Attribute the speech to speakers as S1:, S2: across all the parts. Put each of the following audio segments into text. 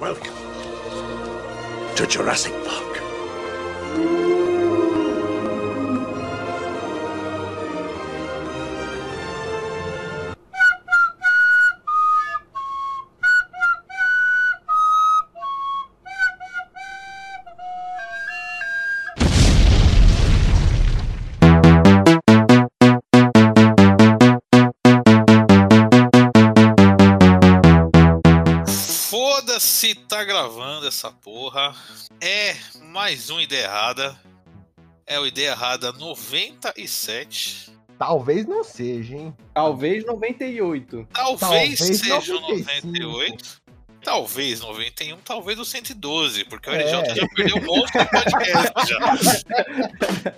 S1: Welcome to Jurassic Park.
S2: Foda-se, tá gravando essa porra. É mais um Ideia Errada. É o Ideia Errada 97.
S3: Talvez não seja, hein?
S4: Talvez 98.
S2: Talvez,
S3: Talvez
S2: seja o
S3: 95.
S2: 98. Talvez 91, talvez o 112, porque o
S3: É.
S2: LJ já perdeu um monte de podcast já.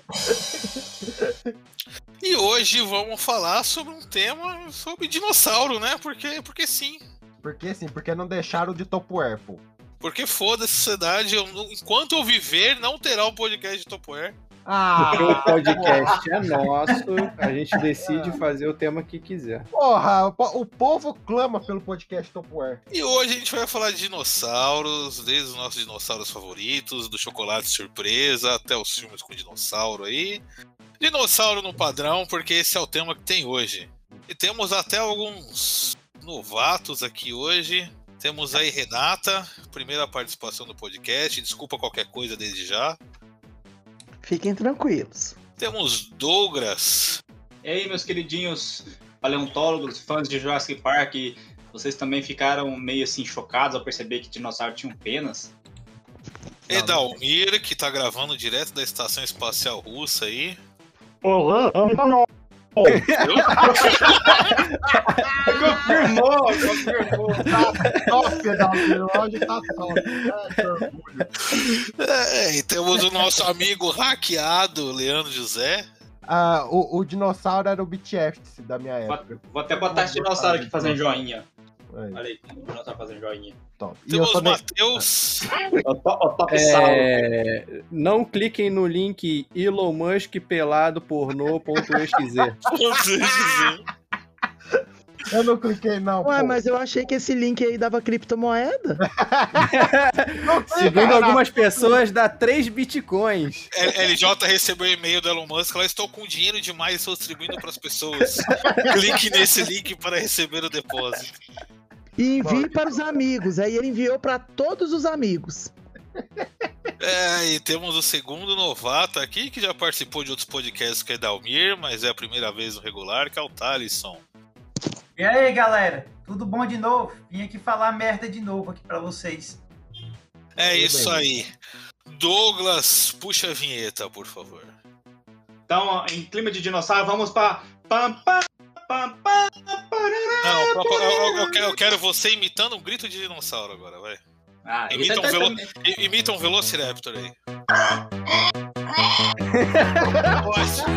S2: E hoje vamos falar sobre um tema sobre dinossauro, né? Porque, porque sim.
S3: Porque sim, porque não deixaram de Topo Airpo.
S2: Porque foda-se sociedade, eu não- enquanto eu viver, não terá um podcast de Topware.
S3: Ah,
S4: Porque o podcast é nosso, a gente decide fazer o tema que quiser.
S3: Ah, porra, o po- o povo clama pelo podcast Topo Air.
S2: E hoje a gente vai falar de dinossauros, desde os nossos dinossauros favoritos, do chocolate surpresa até os filmes com dinossauro aí. Dinossauro no padrão, porque esse é o tema que tem hoje. E temos até alguns novatos aqui hoje. Temos aí Renata, primeira participação do podcast, desculpa qualquer coisa desde já.
S5: Fiquem tranquilos.
S2: Temos Douglas,
S6: E aí, meus queridinhos paleontólogos, fãs de Jurassic Park, vocês também ficaram meio assim chocados ao perceber que dinossauro tinham penas?
S2: Edalmir, que tá gravando direto da Estação Espacial Russa aí.
S7: Olá,
S2: Viu?
S6: Confirmou, confirmou.
S3: Top, Pedalmiro, hoje tá top. Ah, tô-
S2: É, e temos o nosso amigo hackeado, Leandro José.
S3: Ah, o, o dinossauro era o BTF da minha época.
S6: um- Vou até botar esse dinossauro aqui fazendo joinha.
S3: Aí,
S6: Olha aí, o dinossauro fazendo joinha.
S3: top. E eu
S2: Temos
S3: sou ne-
S2: Matheus.
S6: É o to- o top é...
S4: É, não cliquem no link Elon Musk pelado pornô.exe.
S3: eu não cliquei, não.
S5: Ué,
S3: pô. É.
S5: mas eu achei que esse link aí dava criptomoeda.
S4: Segundo algumas pessoas, dá 3 bitcoins.
S2: LJ recebeu e-mail do Elon Musk. Lá estou com dinheiro demais, estou distribuindo para as pessoas. Clique nesse link para receber o depósito.
S5: E envie para os amigos. Aí ele enviou para todos os amigos.
S2: É, e temos o segundo novato aqui, que já participou de outros podcasts que é Dalmir, mas é a primeira vez no regular, que é o Thalisson.
S8: E aí, galera? Tudo bom de novo? Vim aqui falar merda de novo aqui pra vocês.
S2: É
S3: Tudo
S2: isso
S3: bem.
S2: aí. Douglas, puxa a vinheta, por favor.
S6: Então, ó, em clima de dinossauro, vamos pra. Pam, pam, pam, pam, parará.
S2: Não, eu, eu- eu quero- eu quero você imitando um grito de dinossauro agora, vai.
S6: Ah,
S2: Imita
S6: isso
S2: um
S6: é
S2: velo-
S6: também.
S2: I- Imita um Velociraptor aí. Ótimo.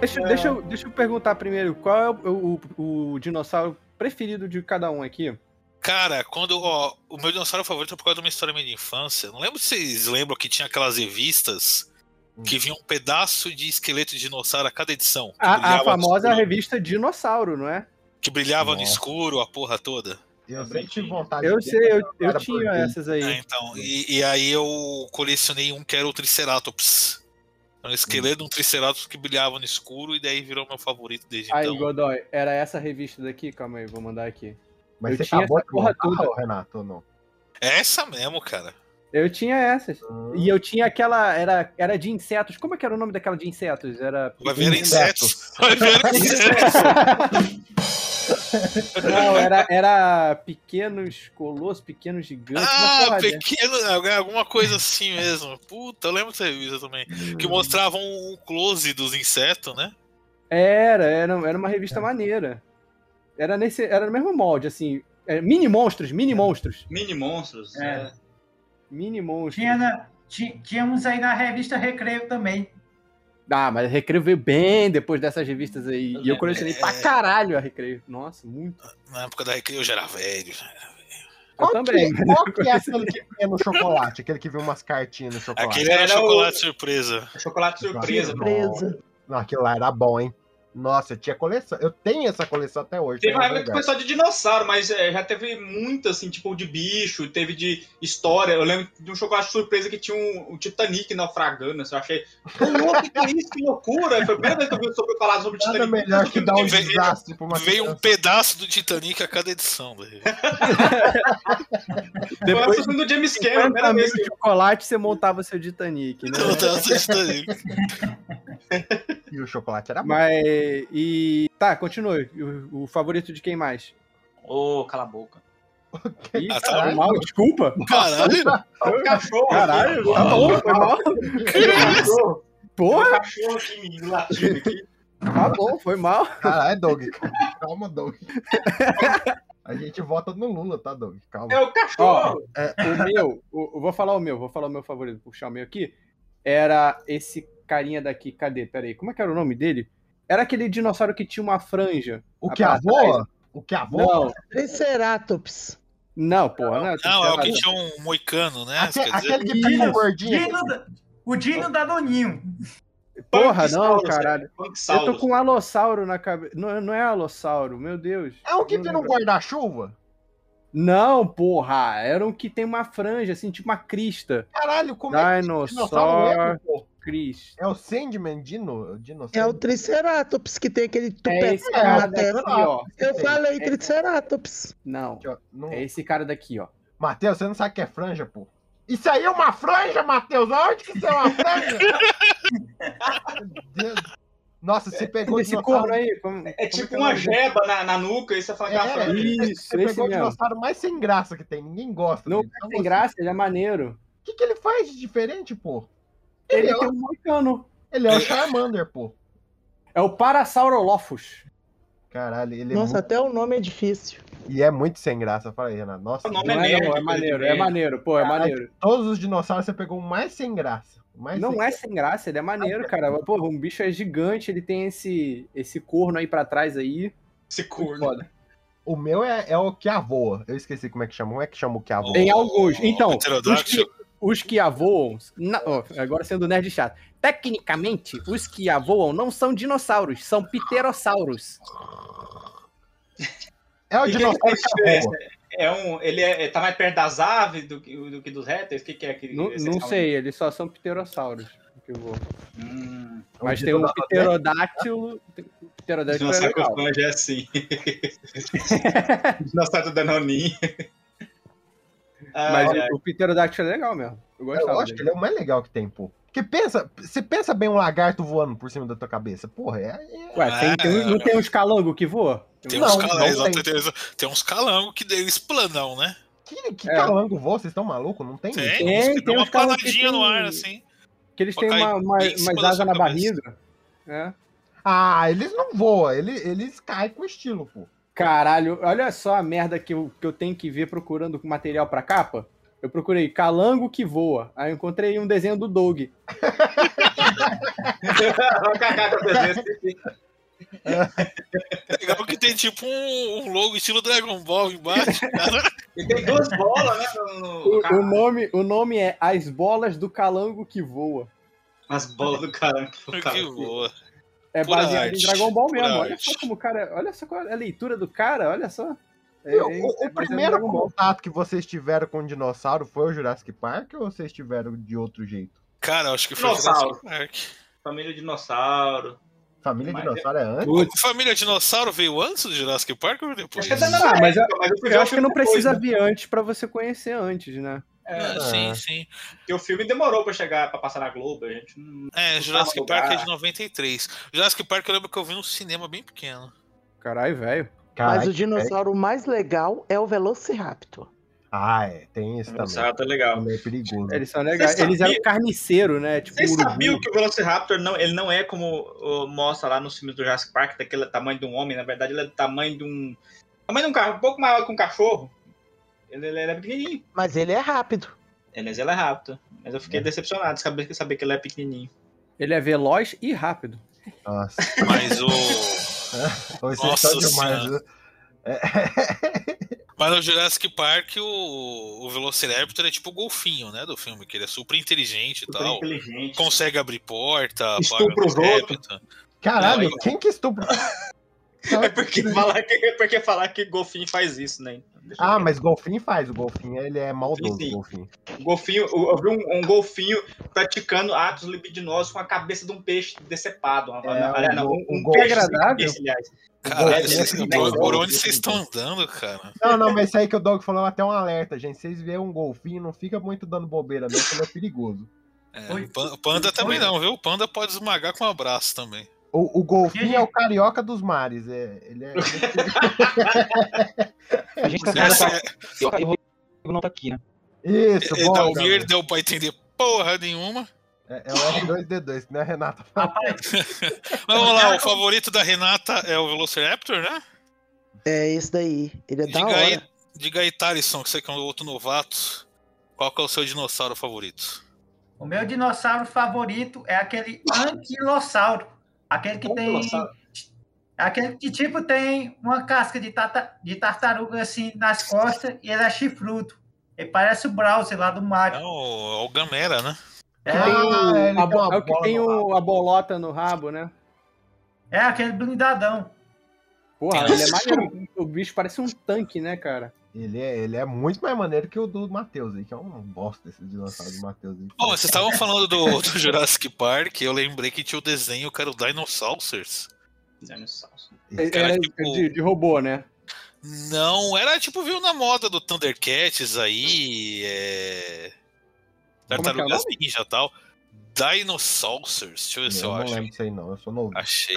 S4: Deixa, deixa eu, deixa eu perguntar primeiro, qual é o, o- o dinossauro preferido de cada um aqui?
S2: Cara, quando. Ó, o meu dinossauro favorito é por causa de uma história minha de infância. Não lembro se vocês lembram que tinha aquelas revistas
S4: Hum.
S2: que vinha um pedaço de esqueleto de dinossauro a cada edição. Que
S4: A, a
S2: brilhava no
S4: famosa
S2: escuro-
S4: revista Dinossauro, não é?
S2: Que brilhava no
S3: Nossa.
S2: escuro, a porra toda.
S3: Eu sempre tive vontade
S4: Eu
S3: de-
S4: sei, eu, eu
S3: Era
S4: tinha
S3: por mim.
S4: essas
S2: É,
S4: aí.
S2: então. E, e aí eu colecionei um que era o Triceratops. Era um esqueleto de um Triceratops que brilhava no escuro e daí virou meu favorito desde
S4: Aí,
S2: então.
S4: Godoy, era essa revista daqui? Calma aí, vou mandar aqui.
S3: Mas
S4: eu
S3: você
S4: tinha
S3: acabou
S4: essa
S3: de
S4: porra
S3: porra
S4: toda.
S3: Renato, ou não?
S2: É essa mesmo, cara.
S4: Eu tinha essas. E eu tinha aquela. Era, era de insetos. Como é que era o nome daquela de insetos? Era.
S2: Vai ver insetos. Vai ver insetos.
S4: Não, era, era pequenos colossos, pequenos gigantes. uma
S2: Ah,
S4: porra dessa.
S2: pequeno, alguma coisa assim
S3: Hum.
S2: mesmo. Puta, eu lembro dessa revista também. Que mostrava um, um close dos insetos, né?
S4: Era, era, era uma revista
S8: É.
S4: maneira. Era, nesse, era no mesmo molde, assim. é, mini monstros, mini monstros.
S6: Mini monstros.
S8: É.
S6: né?
S4: Mini monstros.
S8: Tinha, na- ti- tinha uns aí na revista Recreio também.
S4: Ah, mas Recreio veio bem depois dessas revistas aí.
S6: Eu
S4: E eu
S6: lembro.
S4: colecionei pra caralho a Recreio. Nossa, muito.
S2: Na época da Recreio eu já era velho.
S4: Eu
S3: Qual que,
S4: também.
S3: qual que é aquele que vinha no chocolate? Aquele que viu umas cartinhas no chocolate.
S2: Aquele era,
S6: Era
S2: chocolate surpresa.
S6: É, Chocolate surpresa.
S3: Surpresa. Não, aquilo lá era bom, hein? Nossa, eu tinha coleção. Eu tenho essa coleção até hoje.
S4: é
S6: Teve
S3: tá
S6: uma
S3: em
S6: época que
S3: algum
S6: foi só de dinossauro, mas é, já teve muita, assim, tipo, de bicho, teve de história. Eu lembro de um chocolate surpresa que tinha um, um Titanic naufragando, assim, eu achei. "Ô, louco, que que é isso, que loucura! Foi a primeira vez que eu vi sobre falar sobre
S3: lugar. Nada
S6: Titanic.
S3: melhor que dar um
S2: Veio-
S3: desastre pra uma
S2: Veio um
S3: criança. É.
S2: pedaço do Titanic a cada edição. Da revista.
S6: Foi
S4: Depois
S6: o do James
S4: de
S6: Cameron,
S4: 50
S6: a primeira
S4: mil
S6: vez
S4: de
S6: que
S4: chocolate, você montava seu Titanic, né?
S2: Então, o pedaço do Titanic.
S3: E o chocolate era bom.
S4: Mas. E. Tá, continue. O, o favorito de quem mais?
S6: Ô, cala a boca.
S4: Ih,
S2: Ah, tá.
S4: foi mal, desculpa.
S2: Caralho,
S6: É O cachorro. É
S4: Caralho, tá bom, foi mal.
S6: cachorro. É
S4: Porra,
S6: O cachorro aqui latindo aqui.
S4: tá bom, foi mal.
S3: Caralho, é Doug. Calma, Doug. A gente vota no Lula, tá, Doug? Calma.
S6: É o cachorro.
S4: é, O meu, o- eu vou falar o meu, vou falar o meu favorito, vou puxar o meu aqui. Era esse carinha daqui, cadê? Pera aí, como é que era o nome dele? Era aquele dinossauro que tinha uma franja.
S3: O que
S4: pra
S3: avô?
S4: trás.
S3: O que avô?
S4: Não,
S5: Triceratops.
S4: não, porra, não.
S2: Não, é o que tinha um moicano, né?
S3: Aque-
S2: Quer dizer,
S3: aquele que fica
S8: Isso.
S3: gordinho.
S8: Dino da- o Dino da Doninho.
S4: Porra, não,
S6: Punksaurus,
S4: caralho. Eu
S2: é,
S6: Punksaurus.
S4: tô com um alossauro na cabeça. Não, não é alossauro, meu Deus.
S3: É o que
S4: Não
S3: vira um
S4: lembro.
S3: guarda-chuva?
S4: Não, porra, era um que tem uma franja, assim, tipo uma crista.
S3: Caralho, como é que esse
S4: Dinossauro
S3: é, pô?
S4: crista.
S3: É o Sandman Dino?
S5: É o
S3: dinossauro?
S5: Triceratops que tem aquele
S4: É
S5: tupé.
S4: esse
S3: é,
S4: cara
S3: é,
S4: daqui,
S3: é,
S4: ó.
S5: Eu falei
S4: É.
S5: Triceratops.
S4: Não,
S3: Não...
S4: é esse cara daqui, ó.
S3: Matheus, você não sabe o que é franja, pô? Isso aí é uma franja, Matheus! Onde que isso é uma franja? Meu Deus. Nossa, você pegou
S4: É, Esse
S3: dinossauro-
S4: corno aí. como-
S6: É
S4: como que
S6: tipo
S4: é o
S6: uma
S4: nome dele?
S6: jeba na, na nuca e você fala que é uma
S3: É,
S6: franja.
S4: Isso,
S3: Você pegou
S4: esse
S3: o
S4: mesmo.
S3: dinossauro mais sem graça que tem. Ninguém gosta.
S4: Não
S3: dele. Então
S4: tem
S3: você-
S4: graça, ele é maneiro.
S3: O que, que ele faz de diferente, pô? Ele,
S4: Ele
S3: é, o-
S4: tem um moicano.
S3: ele é o Charmander, pô.
S4: É o Parasaurolophus.
S3: Caralho, ele
S5: Nossa,
S3: é muito...
S5: até o nome é difícil.
S3: E é muito sem graça. Fala aí, Renato. Nossa,
S6: O nome
S4: Não
S6: é
S4: é,
S6: nerd,
S4: não, é
S6: coisa
S4: maneiro,
S6: de
S4: é
S6: nerd.
S4: maneiro, pô, é
S3: Caralho.
S4: maneiro.
S3: todos os dinossauros você pegou o mais sem graça. o Mais
S4: Não
S3: sem-
S4: é sem graça, ele é maneiro, cara. Pô, um bicho é gigante, ele tem esse, esse corno aí pra trás aí.
S6: Esse
S4: Muito
S6: corno.
S4: Foda.
S3: O meu é, é o que avoa. Eu esqueci como é que chama. Como é que chama o que avoa?
S4: Tem alguns.
S2: o
S4: Então, os
S2: Pterodactyl.
S4: que, os que avoam. na- ó, agora sendo nerd chato. Tecnicamente, os que avoam não são dinossauros, são pterossauros.
S3: É o
S6: E que
S3: dinossauro
S6: que
S3: que
S6: é
S3: avoa.
S6: É um, ele é, tá mais perto das aves do que, do que dos répteis? O que, que é que
S4: Não,
S6: vocês
S4: não
S6: falam?
S4: sei, eles só são pterossauros. que eu vou-
S6: Hum,
S4: Mas tem um pterodáctilo. Pterodáctilo é
S6: dinossauro
S4: legal.
S6: com franja é assim. dinossauro do Danoninho. Ah,
S4: Mas
S6: Ai, ai.
S4: o- o pterodáctilo é legal mesmo. Eu
S3: Eu
S4: gostava
S3: acho que
S4: dele.
S3: ele é o mais legal que tem, pô. Porque pensa, você pensa bem um lagarto voando por cima da tua cabeça. Porra, é. é-
S4: Ué, tem, tem- não tem uns calangos que voam?
S2: Tem
S3: Não,
S2: uns
S3: não
S2: calangos,
S3: tem.
S2: tem uns calangos que eles planam, né?
S3: Que, que
S4: É.
S3: calango voa? Vocês estão malucos? Não tem?
S2: Tem,
S3: isso.
S4: tem,
S2: uns que dão
S4: tem
S2: uma
S4: uns calango que
S2: paladinha no
S4: tem-
S2: ar, assim.
S4: Que eles
S2: Só
S4: têm
S2: cai
S4: uma, uma,
S2: bem em cima
S4: umas
S2: da
S4: asas
S2: sua
S4: na
S2: cabeça.
S4: barriga. É.
S3: Ah, eles não voam. Eles, eles caem com estilo, pô.
S4: Caralho, olha só a merda que eu, que eu tenho que ver procurando material pra capa. Eu procurei calango que voa. Aí eu encontrei um desenho do Doug.
S6: Vai cagar com vocês, esse-
S2: Legal que tem tipo um, um logo estilo Dragon Ball embaixo.
S6: E tem duas bolas, né? No,
S4: O,
S6: no-
S4: o nome, o nome é As Bolas do Calango que Voa.
S6: As bolas do caramba. do
S2: que
S6: caramba.
S2: boa.
S4: É
S2: Pura
S4: baseado
S2: arte,
S4: em Dragon Ball
S2: pura
S4: mesmo. Olha
S2: arte.
S4: só como o cara. Olha só qual é a leitura do cara, olha só. É-
S3: Meu, o- o,
S4: é- é baseado em
S3: primeiro
S4: Dragon Ball.
S3: contato que vocês tiveram com o dinossauro foi o Jurassic Park ou vocês tiveram de outro jeito?
S2: Cara, eu acho que foi
S6: Dinossauro.
S2: Jurassic Park.
S6: Família dinossauro.
S3: Família
S6: Mas-
S3: dinossauro é antes?
S4: Putz,
S2: Família Dinossauro veio antes do Jurassic Park ou depois?
S6: Acho que é da mesma
S4: Ah, mas
S6: época, mas eu fui ver
S4: Eu
S6: o
S4: acho que
S6: filme
S4: não
S6: depois,
S4: precisa
S6: né?
S4: ver antes pra você conhecer antes, né?
S2: Ah, sim, sim.
S6: Porque o filme demorou pra chegar, pra passar na Globo. A gente não...
S2: É,
S6: Não
S2: Jurassic
S6: tava
S2: Park é
S6: Tá lugar.
S2: de 93. Jurassic Park eu lembro que eu vi num cinema bem pequeno.
S4: Caralho, velho.
S3: Ah,
S5: Mas o dinossauro mais legal é o é Velociraptor.
S3: Ah, é. Tem isso também.
S6: Velociraptor é legal.
S3: Também é perigoso.
S4: Eles são legais.
S6: Vocês
S4: Eles
S6: sabiam-
S4: eram carniceiro, né? Tipo,
S6: Vocês
S4: urubu.
S6: sabiam que o Velociraptor não, ele não é como ó, mostra lá nos filmes do Jurassic Park, daquele tamanho de um homem, na verdade ele é do tamanho de um. Tamanho de um carro, um pouco maior que um cachorro. Ele, ele é pequenininho.
S5: Mas ele é rápido.
S6: Aliás, ele é rápido. Mas eu fiquei
S2: É.
S6: decepcionado de saber, saber que ele é pequenininho.
S4: Ele é veloz e rápido.
S3: Nossa,
S2: Mas o.
S3: vocês
S2: Nossa
S3: estão demais. né?
S2: Senhora.
S3: viu?
S2: Mas no Jurassic Park, o, o Velociraptor é tipo o golfinho, né? Do filme, que ele é super inteligente e
S6: Super
S2: tal.
S6: inteligente.
S2: Consegue abrir porta,
S6: Estupra
S2: paga
S6: os
S2: no
S6: outros.
S2: débito.
S3: Caralho,
S2: Não,
S3: quem que estupra?
S6: É porque falar que, é porque falar que golfinho faz isso, né? Deixa eu
S3: Ah,
S6: ver.
S3: mas golfinho faz. O golfinho, ele é maldoso,
S6: Sim, sim.
S3: golfinho.
S6: Golfinho, eu eu vi um, um golfinho praticando atos libidinosos com a cabeça de um peixe decepado. Uma-
S3: É,
S6: aliás,
S3: um
S6: não,
S3: gol-
S6: um, um
S3: um gol
S6: peixe sem
S4: agradável.
S6: cabeça, aliás.
S2: Caralho,
S6: golfinho
S2: vocês-
S6: é
S2: por,
S6: legal.
S2: por onde vocês estão andando, cara?
S3: Não, não, mas isso aí que o Dog falou é até um alerta, gente. Vocês vê um golfinho, não fica muito dando bobeira, não, porque ele é perigoso.
S2: É,
S8: Foi-
S2: o pan- o panda
S8: foi-
S2: também não, viu? O panda pode esmagar com um abraço também.
S3: O, o golfinho
S8: Gente.
S3: é o carioca dos mares. É, ele é.
S9: A gente tá falando
S2: Essa,
S9: pra Carioca e o Rodrigo não tá aqui, né?
S3: Isso,
S6: tá
S3: bom.
S2: Edalmir
S3: Gabriel.
S2: Então, deu pra entender porra nenhuma.
S3: É, é o R2D2, né,
S4: Ah,
S3: Renata?
S8: Rapaz,
S2: Mas vamos lá, o favorito da Renata é o Velociraptor, né?
S5: É esse daí. Ele é da
S2: Diga aí,
S5: hora.
S2: diga aí, Thalisson, que você que é um outro novato. Qual que é o seu dinossauro favorito?
S8: o meu dinossauro favorito é aquele anquilossauro. Aquele que tem.
S6: Anquilossauro.
S8: Aquele que, tipo, tem uma casca de, tata- de tartaruga assim nas costas e ele é chifrudo. Ele parece o Browser lá do Mario.
S2: É o, é o Gamera, né?
S8: É,
S3: Ah, ele
S4: A
S3: tem
S4: bo-
S3: uma
S4: é o que
S3: bola
S4: tem
S3: no
S4: o- a bolota no rabo, né?
S8: é aquele blindadão.
S4: Porra, ele é maneiro. O bicho parece um tanque, né, cara?
S3: Ele é, ele é muito mais maneiro que o do Matheus aí, que é um bosta esse dinossauro do Matheus aí.
S2: Bom, vocês estavam falando do, do Jurassic Park, eu lembrei que tinha o desenho, cara, o Dinosaurs.
S6: Dinossauro.
S2: Cara,
S4: Era
S2: tipo-
S4: é de, de robô, né?
S2: Não, era tipo, viu na moda do Thundercats aí, é...
S4: é que é o
S2: Tartarugas
S4: nome?
S2: Ninja e tal. Dinosaurs, deixa eu ver se
S3: eu
S2: eu
S3: não
S2: acho.
S3: lembro disso aí, não. Eu sou novo.
S2: Achei.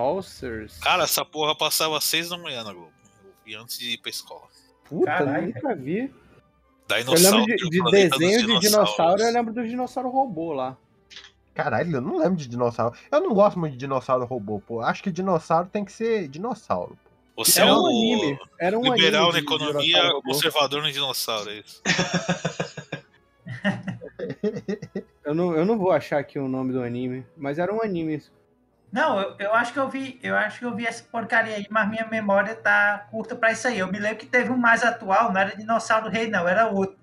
S4: Dinosaurs.
S2: Cara, essa porra passava às seis da manhã na Globo. Eu vi antes de ir pra escola.
S4: Puta,
S8: Caralho,
S4: nunca vi. Eu
S2: Dinossauro.
S4: lembro de, de
S2: o planeta dos
S4: desenho de
S2: "Tá dinossauros.
S4: dinossauro, eu lembro do dinossauro robô lá.
S3: Caralho, eu não lembro de dinossauro. Eu não gosto muito de dinossauro robô, pô. Acho que dinossauro tem que ser dinossauro.
S2: Você é,
S4: Era um
S2: o
S4: anime. Era um
S2: liberal
S4: anime
S2: na
S4: de dinossauro
S2: economia,
S4: robô.
S2: conservador no dinossauro, é isso.
S4: Eu não, eu não vou achar aqui o nome do anime, mas era um anime.
S8: Não, eu, eu acho que eu vi, eu acho que eu vi essa porcaria aí, mas minha memória tá curta pra isso aí. Eu me lembro que teve um mais atual, não era dinossauro rei, não, era outro.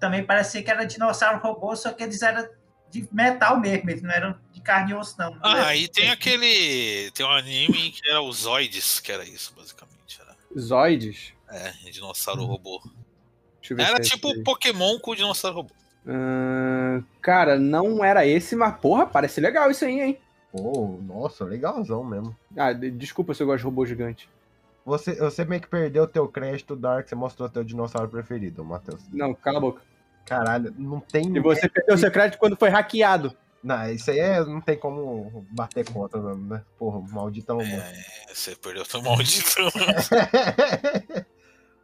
S8: Também parecia que era dinossauro robô, só que eles eram de metal mesmo, eles não eram de carne e osso, não.
S2: Ah, e tem aquele. Tem um anime que era os Zoids, que era isso, basicamente. Era.
S4: Zoides.
S2: É, dinossauro robô.
S4: Hum. Deixa eu ver
S2: Era
S4: se é
S2: tipo
S4: esse aí.
S2: Pokémon com dinossauro robô.
S4: Ah, cara, não era esse, mas porra, parece legal isso aí, hein?
S3: Pô, nossa, legalzão mesmo.
S4: Ah, de- desculpa se eu gosto de robô gigante.
S3: Você, você meio que perdeu o teu crédito da hora que você mostrou teu dinossauro preferido, Matheus.
S4: Não, cala a boca.
S3: Caralho, não tem.
S4: E você perdeu seu crédito quando foi hackeado.
S3: Não, isso aí é- não tem como bater contra, não, né? Porra, maldita Elon Musk.
S2: É, você perdeu teu maldito.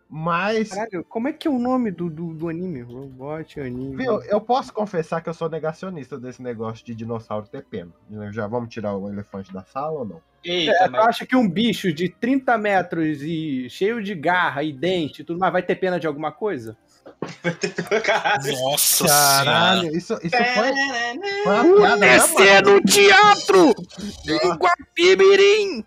S3: Mas,
S4: Caralho, como é que é o nome do, do, do anime? Robot, anime.
S3: viu, eu posso confessar que eu sou negacionista desse negócio de dinossauro ter pena. Já vamos tirar o elefante da sala ou não?
S6: Eita,
S4: É, tu
S6: mas
S4: acha que um bicho de 30 metros e cheio de garra e dente e tudo mais vai ter pena de alguma coisa?
S6: caralho.
S2: Nossa senhora.
S3: Caralho, isso, isso foi, foi uma piada, né,
S7: Esse
S3: mano?
S7: é no teatro! Em Guapimirim!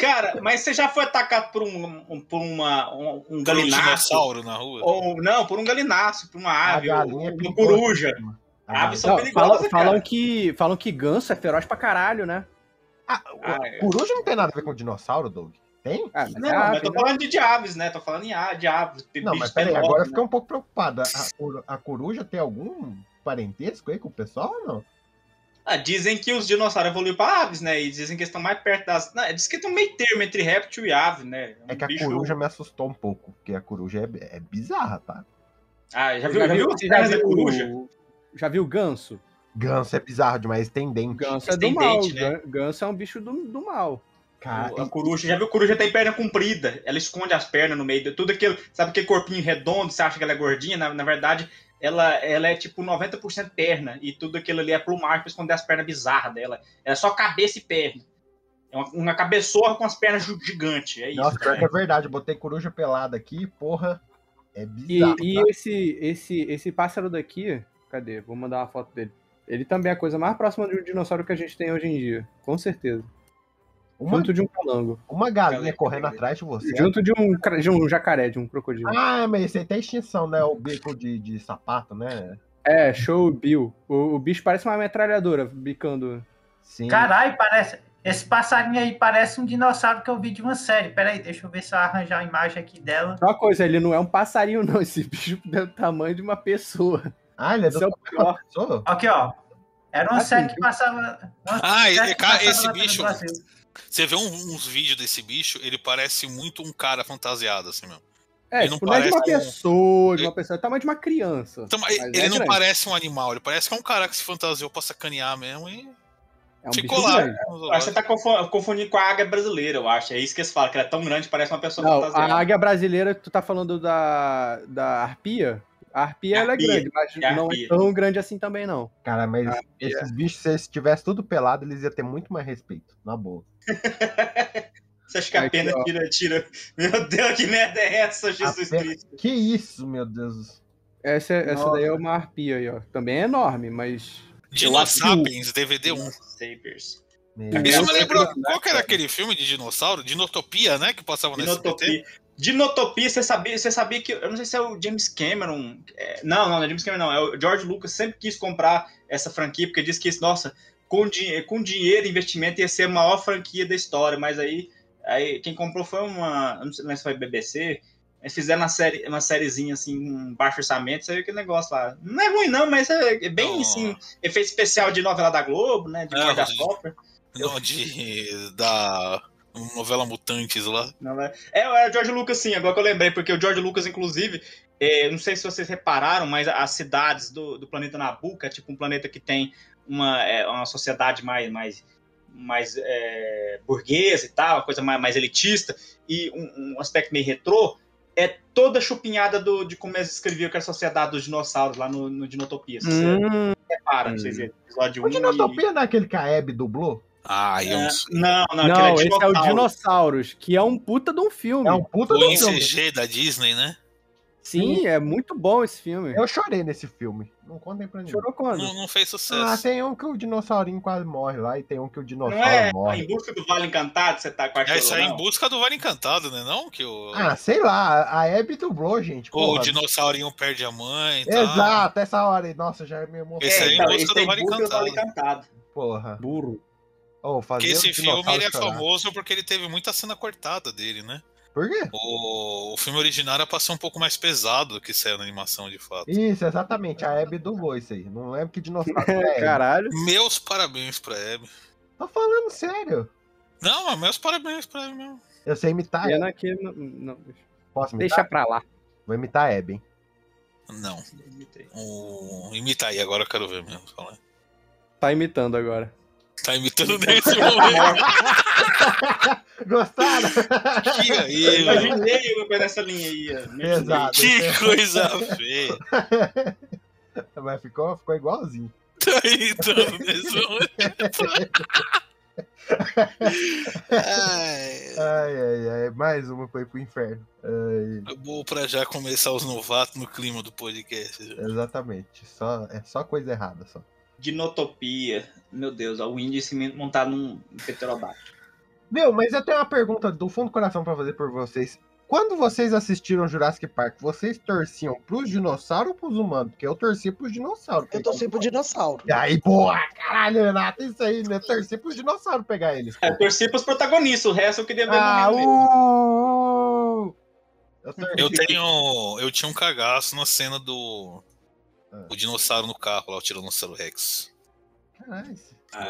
S6: Cara, mas você já foi atacado por um, um- por uma, um, um
S2: Por um
S6: galináceo?
S2: dinossauro na rua.
S6: ou, não, por um galináceo, por uma
S3: A
S6: ave, ou
S3: galinha
S6: uma
S3: picou.
S6: coruja.
S3: A galinha-
S6: Aves são
S4: Não,
S6: perigosas,
S4: fala-
S6: cara.
S4: falam, que, falam que ganso é feroz pra caralho, né?
S3: Ah,
S6: Ah, é.
S3: coruja não tem nada a ver com dinossauro, Doug? Tem?
S4: Ah, mas
S6: Não,
S4: é
S6: mas
S4: ave,
S6: tô
S4: né?
S6: falando de, de aves, né? Tô falando em a- de aves. de
S3: Não,
S6: bicho
S3: mas peraí,
S6: enorme,
S3: agora eu
S6: né?
S3: fiquei um pouco preocupada. A, coru- a coruja tem algum parentesco aí com o pessoal ou não?
S6: Ah, dizem que os dinossauros evoluíram para aves, né? E dizem que eles estão mais perto das. Não, diz que tem um meio termo entre réptil e ave, né? Um
S3: É que a
S6: bicho-
S3: coruja me assustou um pouco, porque a coruja é, é bizarra, tá?
S6: Ah, já
S4: Você
S6: viu,
S4: já
S6: já viu,
S4: viu-
S6: as
S4: você já
S6: pernas da
S4: viu-
S6: coruja?
S4: Já viu ganso?
S3: Ganso é bizarro demais, tem dente.
S4: Ganso é do
S6: Tem
S4: mal.
S6: dente, né?
S4: gan- Ganso é um bicho do, do mal.
S3: Cara,
S6: A coruja, já viu? Coruja tem perna comprida. Ela esconde as pernas no meio de tudo aquilo. Sabe aquele corpinho redondo? Você acha que ela é gordinha? Na, na verdade, ela, ela é tipo 90% perna. E tudo aquilo ali é plumagem pra esconder as pernas bizarras dela. Ela é só cabeça e perna. É uma, uma cabeçorra com as pernas gi- gigante. É isso.
S3: nossa, pior que é verdade. eu Botei coruja pelada aqui, porra. É
S4: E,
S3: bizarro.
S4: e
S3: tá?
S4: esse, esse, esse pássaro daqui, cadê? Vou mandar uma foto dele. Ele também é a coisa mais próxima de um dinossauro que a gente tem hoje em dia, com certeza.
S3: Uma,
S4: Junto de um calango.
S3: uma galinha
S6: Galera,
S3: correndo atrás de você.
S4: Junto de um, cra- de um jacaré, de um crocodilo.
S3: Ah, mas esse aí tem extinção, né? O bico de, de sapato, né?
S4: É, show Bill. O, o bicho parece uma metralhadora bicando.
S3: Sim.
S8: Caralho, parece. Esse passarinho aí parece um dinossauro que eu vi de uma série. Peraí, deixa eu ver se eu arranjar a imagem aqui dela.
S4: Só uma coisa, ele não é um passarinho, não. Esse bicho é do tamanho de uma pessoa.
S3: Ah, ele é do
S4: Esse é o pior.
S3: Sou?
S8: Aqui, ó. Era uma
S4: Assim,
S8: série que
S4: que-
S8: passava. uma
S2: Ah,
S8: série
S2: e-
S8: que
S2: ca-
S8: passava
S2: esse
S8: lá pelo
S2: bicho-
S8: Brasil.
S2: Você vê um- uns vídeos desse bicho, ele parece muito um cara fantasiado, assim mesmo.
S4: É,
S2: Ele não
S4: tipo, não é de uma
S2: parece um-
S4: pessoa, de uma pessoa, é do tamanho de uma criança.
S2: Então,
S4: Mas
S2: ele
S4: é
S2: ele não
S4: grande.
S2: parece um animal, ele parece que é um cara que se fantasiou pra sacanear mesmo e
S4: É um
S2: ficou
S4: bicho
S2: lá. no
S4: grande.
S6: Eu acho que
S2: zoológico.
S6: você tá confo- confundindo com a águia brasileira, eu acho. É isso que eles falam, que ela é tão grande, parece uma pessoa
S4: Não,
S6: fantasiada.
S4: a águia brasileira, tu tá falando da, da arpia? A arpia, ela é
S6: Arpia,
S4: grande, mas
S6: é
S4: não é
S6: arpia.
S4: tão grande assim também, não.
S3: Cara, mas
S4: Ah,
S3: esses bichos, se eles estivessem tudo pelado, eles iam ter muito mais respeito. Na boa.
S6: Você acha que a
S4: Aqui,
S6: pena
S4: ó.
S6: tira, tira. Meu Deus, que merda é essa, Jesus
S3: pena-
S6: Cristo?
S3: Que isso, meu Deus.
S4: Essa, essa
S6: Nossa.
S4: daí é uma arpia aí, ó. Também é enorme, mas.
S2: Dinosapiens, DVD 1.
S6: Sabers.
S3: Meu
S4: É,
S6: um
S2: Isso
S4: eu
S2: me
S4: sei
S2: lembrou.
S4: que-
S2: Qual que era aquele filme de dinossauro? Dinotopia, né? Que passava na SBT?
S6: Dinotopia. Dinotopia, você sabia, você sabia que. Eu não sei se é o James Cameron. é, não, não, não é James Cameron, não. É o George Lucas sempre quis comprar essa franquia, porque disse que, nossa, com, dinhe- com dinheiro e investimento ia ser a maior franquia da história. Mas aí, aí quem comprou foi uma. eu Não sei se foi BBC. Eles fizeram uma, série, uma sériezinha assim, com baixo orçamento, saiu aquele negócio lá. Não é ruim, não, mas é, é bem
S2: Não.
S6: assim. Efeito especial de novela da Globo, né? De
S2: Ah,
S6: guarda
S2: mas-
S6: sopra
S2: Não, de. da novela Mutantes lá.
S6: Não, é, é é o George Lucas, sim, agora que eu lembrei, porque o George Lucas, inclusive, é, não sei se vocês repararam, mas as cidades do, do planeta Nabu, que é tipo um planeta que tem uma, é, uma sociedade mais, mais, mais é, burguesa e tal, uma coisa mais, mais elitista, e um, um aspecto meio retrô, é toda chupinhada do, de como eles escreviam aquela sociedade dos dinossauros lá no, no Dinotopia. Se vocês
S4: Hum.
S6: reparam, vocês verem, episódio
S3: Hum. O
S6: 1
S3: Dinotopia não é aquele que a Hebe dublou?
S2: Ah,
S6: É.
S2: eu não sei.
S6: Não, não, aquele
S4: não, esse é o
S6: dinossauro.
S4: Dinossauros, que é um puta de um filme.
S3: É um puta
S2: O
S3: do filme.
S2: ICG da Disney, né?
S4: Sim, é muito bom esse filme.
S3: Eu chorei nesse filme. Não contem pra ninguém.
S4: Chorou quando?
S2: Não, não fez
S3: Ah,
S2: sucesso.
S3: tem um que o dinossaurinho quase morre lá e tem um que o
S6: Não
S3: dinossauro
S6: é
S3: morre.
S6: em busca do Vale Encantado, você tá com a
S2: É isso aí
S6: chorona,
S2: em busca do Vale Encantado, né? Não? Que o,
S3: Ah, sei lá, a Hebe dublou, gente.
S2: o
S3: porra.
S2: dinossaurinho perde a mãe e tal.
S3: Exato, essa hora aí. Nossa, já me emocionou.
S2: Esse aí
S6: então,
S2: em busca do
S6: é em
S2: Vale
S6: busca
S2: Encantado.
S6: Encantado.
S3: Porra.
S4: Burro.
S3: Ô, fazer
S2: Porque
S3: o
S2: esse filme
S3: um dinossauro
S2: ele é
S3: chorar.
S2: famoso porque ele teve muita cena cortada dele, né?
S3: Por quê?
S2: O, o filme original era pra ser um pouco mais pesado do que saiu na animação, de fato.
S3: Isso, exatamente. A Hebe dublou isso aí. Não lembro que dinossauro é. Hebe.
S4: Caralho.
S2: Meus parabéns pra Hebe.
S3: Tô falando sério.
S2: Não, mas meus parabéns pra Hebe mesmo.
S3: Eu sei imitar a
S4: E é
S3: Hebe.
S4: Tá. naquele- não- não,
S3: Posso imitar?
S4: deixa pra lá.
S3: Vou imitar a Hebe, hein?
S2: Não. O... Imita aí, agora eu quero ver mesmo. falar.
S4: Tá imitando agora.
S2: Tá imitando nesse momento.
S3: Gostaram?
S2: Que aí,
S6: Eu
S2: mano.
S6: imaginei uma coisa nessa linha aí. ó.
S3: Pesado.
S2: Que coisa feia.
S3: Mas ficou, ficou igualzinho.
S2: Tá imitando nesse momento. Ai,
S3: Ai, ai, ai. Mais uma foi pro inferno. Ai,
S2: é bom pra já começar os novatos no clima do podcast. já.
S3: exatamente. Só, é só coisa errada. Só.
S6: Dinotopia. Meu Deus, ó, o índice montado num petrobate.
S3: Meu, mas eu tenho uma pergunta do fundo do coração pra fazer por vocês. Quando vocês assistiram Jurassic Park, vocês torciam pros dinossauros ou pros humanos? Porque eu torci pros dinossauros.
S5: Eu torci pro dinossauro.
S3: E aí, boa, caralho, Renato, isso aí, né? Torcer pros dinossauros pegar eles. pô.
S6: É, Eu torci pros protagonistas, o resto eu queria ver
S3: Ah,
S6: no mesmo.
S3: uh,
S4: Oh!
S3: uh. Eu torci.
S2: Eu tenho. Eu tinha um cagaço na cena do. O dinossauro no carro lá, o Tiranossauro Rex.
S3: Caralho.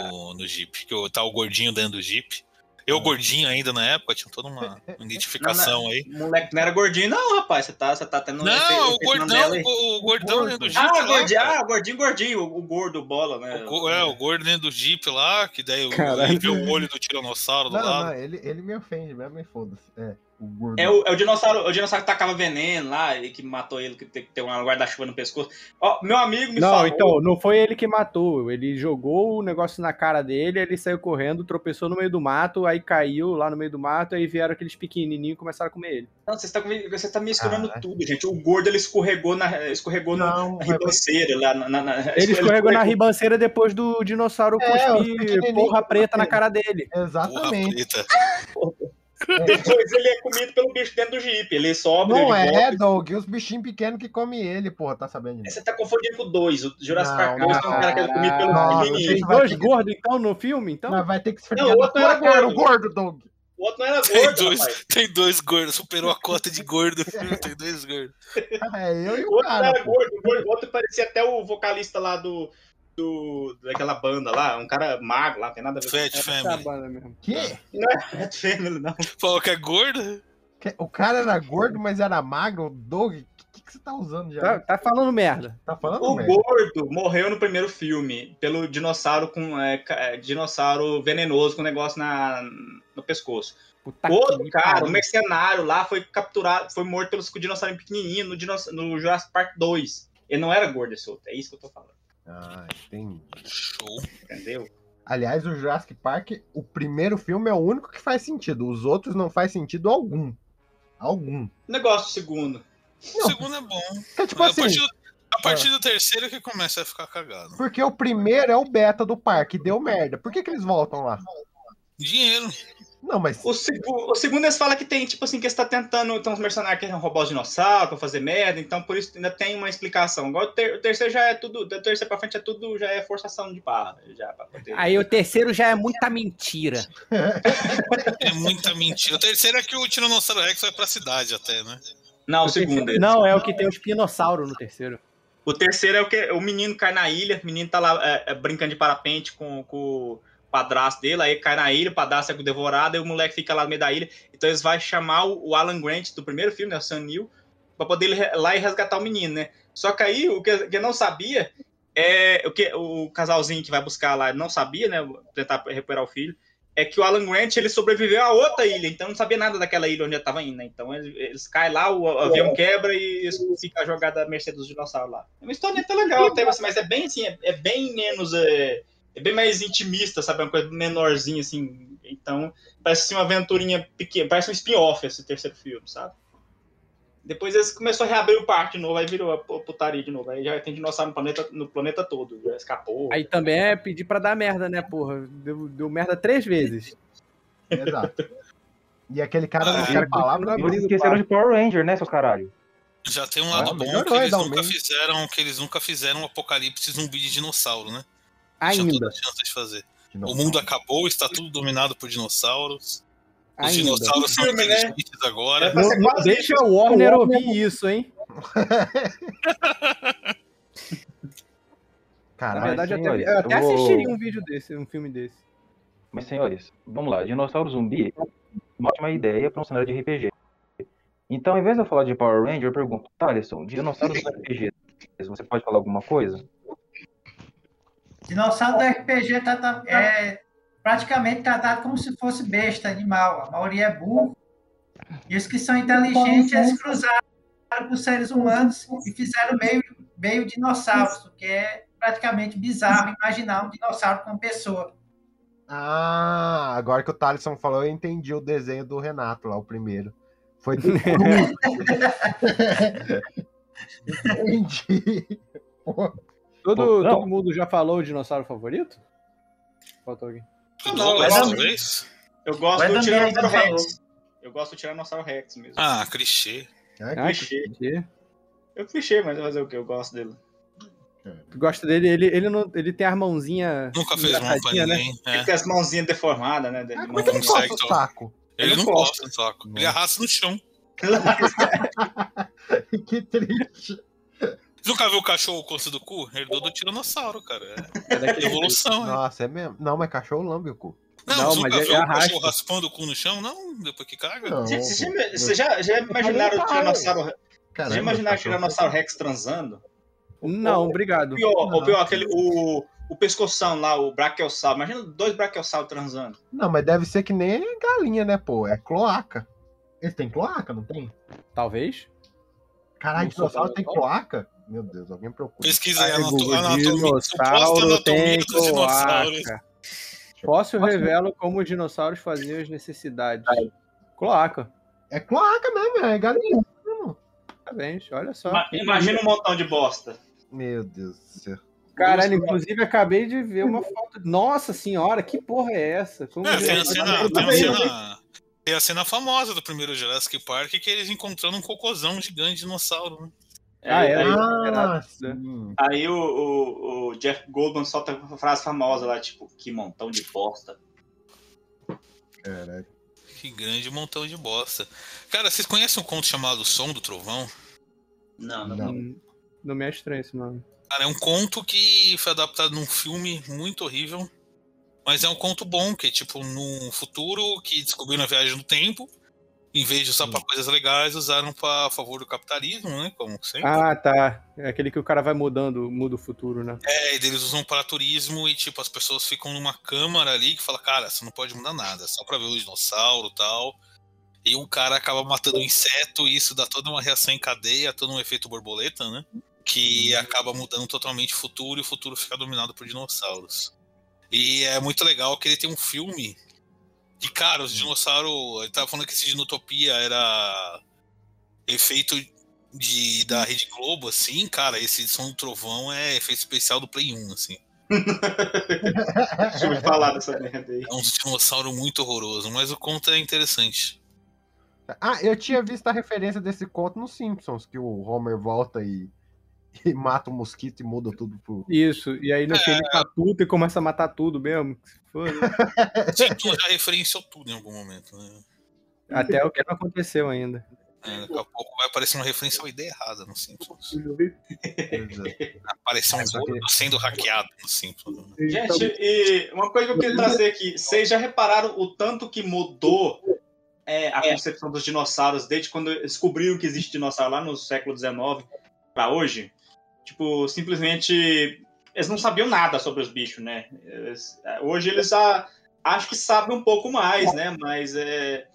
S2: no, no Jeep. Que o- tá o gordinho dentro do Jeep. Eu gordinho ainda na época, tinha toda uma identificação aí.
S6: Moleque não era gordinho, não, rapaz. Você tá, você tá tendo um efe-
S2: Não, o
S6: efeito
S2: gordão,
S6: Mandela aí.
S2: o gordão dentro do Jeep
S6: Ah,
S2: lá.
S6: gordinho,
S2: cara.
S6: ah, gordinho, gordinho. O, o gordo, bola, né?
S2: O go- é, o gordo dentro do Jeep lá, que daí
S4: Caralho.
S2: ele vê o olho do tiranossauro do
S3: Não,
S2: lado.
S3: não, ele, ele me ofende mesmo, me foda-se. É, o gordo.
S6: É o, é o dinossauro, o dinossauro que tacava veneno lá e que matou ele, que tem que ter uma guarda-chuva no pescoço. Ó, meu amigo me
S4: Não,
S6: falou.
S4: então, não foi ele que matou. Ele jogou o negócio na cara dele, ele saiu correndo, tropeçou no meio do mato, aí caiu lá no meio do mato, aí vieram aqueles pequenininhos e começaram a comer ele.
S6: Não, você tá, me- você tá misturando
S3: Caralho.
S6: tudo, gente. O gordo ele escorregou na, escorregou no-
S3: Ah. Não, é
S6: na
S3: mas-
S6: ribanceira lá. Na, na- na-
S4: Ele escorregou na ribanceira depois do dinossauro
S3: É, os
S4: cuspir
S3: pequenininhos
S4: porra preta na
S3: comeram.
S4: cara dele.
S2: Porra
S3: Exatamente.
S2: preta.
S6: Depois ele é comido pelo bicho dentro do jipe. Ele sobe,
S3: Não
S6: ele volta.
S3: é, Doug, os bichinhos pequenos que comem ele, porra, tá sabendo? disso?
S6: Você tá confundindo com o 2. O Jurassic
S3: Não,
S6: Park 2 tem um cara que é comido pelo
S3: não, não
S6: pequenininho.
S3: sei
S4: Tem
S3: se vai
S4: dois
S3: ter que-
S4: gordos, então, no filme? Então?
S3: Não, vai ter que
S6: Não,
S3: esfregar
S6: é o
S3: na
S6: outro
S3: tua
S6: era
S3: cara, o
S6: gordo.
S3: gordo, Doug.
S6: O outro não era
S2: Tem
S6: gordo, rapaz.
S2: dois, tem dois gordos, superou a cota de gordo. filho, Tem dois gordos.
S3: É, eu e
S6: O
S3: o
S6: outro não
S3: cara.
S6: era
S3: pô.
S6: gordo, o gordo- o outro parecia até o vocalista lá do, do- daquela banda lá, um cara magro lá, não é, tem nada a ver
S2: Fat Family.
S4: Acabando mesmo.
S3: Quê?
S6: com Fat Family, não.
S2: Falou que é gordo?
S3: Que- O cara era gordo, mas era magro, Doug. O que, que você tá usando já?
S4: Tá, tá falando merda.
S3: Tá falando,
S6: O
S3: merda?
S6: gordo morreu no primeiro filme pelo dinossauro com é, ca- é, dinossauro venenoso com um negócio na, no pescoço.
S4: Puta
S6: o outro
S4: que
S6: cara, o
S4: pariu.
S6: mercenário lá, foi capturado, foi morto pelos dinossauros pequenininho no, dinoss- no Jurassic Park 2. Ele não era gordo esse outro, é isso que eu tô falando,
S3: Ah, entendi.
S2: Show.
S6: entendeu?
S3: Aliás, o Jurassic Park, o primeiro filme é o único que faz sentido. Os outros não faz sentido algum. Algum.
S6: Negócio segundo.
S2: O segundo é bom.
S3: Porque, tipo
S2: a,
S3: assim,
S2: partir do, a partir do terceiro é que começa a ficar cagado.
S3: porque o primeiro é o beta do parque, deu merda. Por que, que eles voltam lá?
S2: Dinheiro.
S3: Não, mas.
S6: O, segu- o segundo eles falam que tem, tipo assim, que eles tá tentando. Então, os mercenários querem roubar os dinossauros pra fazer merda, então por isso ainda tem uma explicação. Igual o, ter- o terceiro já é tudo. Do terceiro pra frente é tudo, já é forçação de barra. Já, pra poder...
S4: Aí o terceiro já é muita mentira.
S2: É muita mentira. O terceiro é que o Tiranossauro Rex vai pra cidade até, né?
S6: Não, o
S4: terceiro-
S6: segundo. é.
S4: Não, é o que tem o espinossauro no terceiro.
S6: O terceiro é o que o menino cai na ilha, o menino tá lá é, é, brincando de parapente com, com o padrasto dele, aí cai na ilha, o padrasto é devorado, aí o moleque fica lá no meio da ilha. Então eles vão chamar o, o Alan Grant do primeiro filme, né, o Sam Neill, pra poder ir re- lá e resgatar o menino, né? Só que aí o que, que eu não sabia é o que o casalzinho que vai buscar lá não sabia, né? Tentar recuperar o filho. É que o Alan Grant ele sobreviveu a outra ilha, então não sabia nada daquela ilha onde ele tava indo. né? Então eles, eles caem lá, o avião quebra e eles ficam jogada a mercê dos dinossauros lá. É uma história até legal, até, mas mas é bem assim, é, é bem menos. É, é bem mais intimista, sabe? É Uma coisa menorzinha, assim. Então, parece assim, uma aventurinha pequena, parece um spin-off esse terceiro filme, sabe? Depois eles começaram a reabrir o parque de novo, aí virou a pu- putaria de novo. Aí já tem dinossauro no planeta, no planeta todo, já escapou.
S4: Aí também é pedir pra dar merda, né, porra? Deu, deu merda três vezes.
S3: Exato. E aquele cara não
S2: Ah,
S3: quer falar pra
S9: Eles
S3: abrir o
S9: esqueceram
S3: parque.
S9: de Power Ranger, né, seus caralho?
S2: Já tem um lado
S3: Ah,
S2: bom
S3: melhorou,
S2: que eles nunca
S3: Edalmir.
S2: fizeram, que eles nunca fizeram um apocalipse zumbi de dinossauro, né? Tinha toda
S4: Ainda.
S2: a chance de fazer.
S3: De novo.
S2: O mundo acabou, está tudo dominado por dinossauros. Os
S4: ainda.
S2: dinossauros são
S6: Filme, né?
S2: inteligentes agora.
S4: Não, não Então deixa o Warner ouvir isso, hein? Na
S3: Caralho.
S4: verdade, eu até,
S9: senhores,
S4: Ah, eu até
S9: eu vou-
S4: assistiria um vídeo desse, um filme desse.
S9: Mas, senhores, vamos lá. Dinossauro zumbi é uma ótima ideia pra um cenário de RPG. Então, ao invés de eu falar de Power Ranger, eu pergunto, Thaleson, dinossauros do RPG, você pode falar alguma coisa?
S8: Dinossauro do RPG tá, tá- é praticamente tratado como se fosse besta, animal. A maioria é burro. E os que são inteligentes, eles cruzaram com os seres humanos e fizeram meio, meio dinossauros, o que é praticamente bizarro imaginar um dinossauro com uma pessoa.
S3: Ah, agora que o Thaleson falou, eu entendi o desenho do Renato lá, o primeiro. Foi do Cruz. Entendi.
S4: Todo,
S9: Não.
S4: todo mundo já falou o dinossauro favorito? Faltou alguém.
S2: O
S6: Não,
S2: Douglas,
S6: mas-
S2: talvez?
S6: Eu gosto
S8: Mas
S6: do
S8: também
S6: Tiranossauro
S8: ainda falou.
S6: Rex. Eu gosto do Tiranossauro Rex mesmo.
S2: Ah, clichê.
S3: É,
S4: Ah,
S6: clichê.
S4: clichê.
S6: Eu clichê, mas fazer o que? Eu gosto dele.
S4: Gosto dele, ele, ele, não, ele tem a mãozinha.
S2: Nunca fez mal pra
S4: engraçadinha, né?
S2: ninguém.
S6: Ele
S2: É.
S6: tem as mãozinhas deformadas, né? dele.
S3: como é que ele
S2: Consegue,
S3: coça o
S2: então.
S3: saco?
S2: Ele
S6: Ele
S2: não
S6: não
S2: gosta, saco. Ele arrasta no chão.
S3: Que triste.
S2: Nunca viu o cachorro coça do cu? Herdou do tiranossauro, cara.
S4: É
S2: É
S4: daquele-
S2: evolução, hein?
S3: Nossa, é mesmo. Não, mas cachorro lambe o cu.
S2: Não,
S4: Não,
S2: você nunca
S4: mas é-
S2: viu
S4: é
S2: o
S4: arrasta.
S2: cachorro raspando o cu no chão, não? Depois que caga?
S3: Não.
S6: Gente, Vocês já- vocês já, já imaginaram o Tiranossauro Rex?
S3: Caramba,
S6: Já imaginaram o
S3: cachorro.
S6: Tiranossauro Rex transando?
S4: Não, obrigado.
S6: O pior, o pior, aquele. O, o pescoção lá, o Brachiosauro. Imagina dois Brachiosauro transando.
S3: Não, mas deve ser que nem galinha, né, pô? É cloaca. Eles têm cloaca, não tem?
S4: Talvez.
S3: Caralho,
S4: Não
S3: dinossauro
S4: sou
S3: tem cloaca? Meu Deus, alguém procura.
S2: Pesquisa aí,
S4: Ai,
S2: anato-
S4: Google,
S2: anatomia, suposta
S4: dinossauro
S2: anatomia
S4: tem
S2: dos dinossauros. É,
S4: cloaca. Fóssil revela como os dinossauros faziam as necessidades. Cloaca.
S3: É cloaca mesmo, é galinha.
S4: Parabéns, olha só.
S6: Ima- Imagina um montão de bosta.
S3: Meu Deus do céu.
S4: Caralho,
S6: né?
S4: inclusive acabei de ver uma foto. Nossa senhora, que porra é essa? Como
S2: É, tem a
S4: dinossauro-
S2: cena, tem a
S4: Também, né?
S2: cena, tem a cena famosa do primeiro Jurassic Park que é eles encontrando um cocôzão gigante de dinossauro. né?
S4: Ah, é?
S6: Aí,
S4: era-
S3: Ah, sim.
S6: aí o, o- o Jeff Goldman solta uma frase famosa lá, tipo, que montão de bosta.
S3: Caralho.
S2: Que grande montão de bosta. Cara, vocês conhecem um conto chamado Som do Trovão?
S6: Não, não.
S3: Não.
S4: Hum, Não me é estranho esse nome.
S2: Cara, é um conto que foi adaptado num filme muito horrível. Mas é um conto bom, que é tipo num futuro que descobriram a viagem no tempo. Em vez de usar pra coisas legais, usaram pra a favor do capitalismo, né? Como sempre.
S4: Ah, tá. É aquele que o cara vai mudando, muda o futuro, né?
S2: É, e eles usam para turismo e, tipo, as pessoas ficam numa câmara ali que fala, cara, você não pode mudar nada, é só pra ver o dinossauro e tal. E um cara acaba matando um inseto e isso dá toda uma reação em cadeia, todo um efeito borboleta, né? Que acaba mudando totalmente o futuro e o futuro fica dominado por dinossauros. E é muito legal que ele tem um filme que, cara, os dinossauros. Ele tava falando que esse Dinotopia era efeito de, da Rede Globo, assim, cara, esse som do trovão é efeito especial do Play 1, assim.
S6: Deixa eu falar dessa merda aí.
S2: É um dinossauro muito horroroso, mas o conto é interessante.
S3: Ah, eu tinha visto a referência desse conto nos Simpsons, que o Homer volta e, e mata o mosquito e muda tudo pro.
S4: Isso, e
S2: É.
S4: aí no que ele tá puto e começa a matar tudo mesmo. que se foda.
S2: Simpson já referenciou tudo em algum momento, né?
S4: Até o que não aconteceu ainda.
S2: É, daqui a pouco vai aparecer uma referência a uma ideia errada no Simpsons. Apareceu um gordo sendo hackeado no Simpsons. né?
S6: Gente, e uma coisa que eu queria trazer aqui, vocês já repararam o tanto que mudou é, a concepção dos dinossauros desde quando descobriram que existe dinossauro lá no século XIX para hoje? Tipo, simplesmente eles não sabiam nada sobre os bichos, né? Eles- hoje eles já acho que sabem um pouco mais, né? Mas é,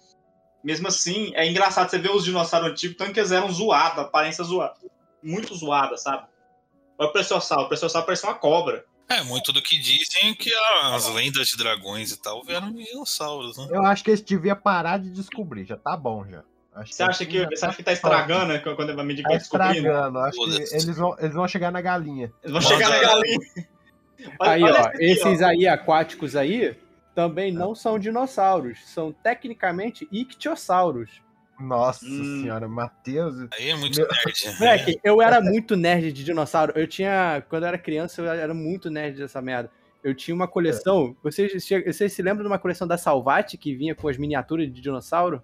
S6: mesmo assim é engraçado você ver os dinossauros antigos, tanto que eles eram zoados, a aparência zoada, muito zoada, sabe? Olha o Preciossauro, o Preciossauro parece uma cobra.
S2: É, muito do que dizem que as lendas de dragões e tal vieram de dinossauros, né?
S3: Eu acho que eles devia parar de descobrir, já tá bom já. Acho
S6: Você acha que,
S3: já
S6: você
S3: tá
S6: acha que tá estragando né, quando a medida
S3: Tá
S6: vai descobrindo?
S3: estragando, acho que
S2: Foda-se.
S3: eles vão, eles vão chegar na galinha.
S6: Eles vão chegar na
S2: Manda-
S6: galinha. Olha-
S4: Aí,
S6: olha
S4: ó,
S6: esse aqui,
S4: esses aí aquáticos aí também não são dinossauros, são tecnicamente ictiossauros.
S3: Nossa
S6: Hum.
S3: senhora, Matheus.
S2: Aí é muito
S3: Meu-
S2: nerd. né?
S4: Moleque, É. eu era muito nerd de dinossauro. Eu tinha, quando eu era criança, eu era muito nerd dessa merda. Eu tinha uma coleção.
S6: É.
S4: Vocês, che- vocês se lembram de uma coleção da Salvati que vinha com as miniaturas de dinossauro?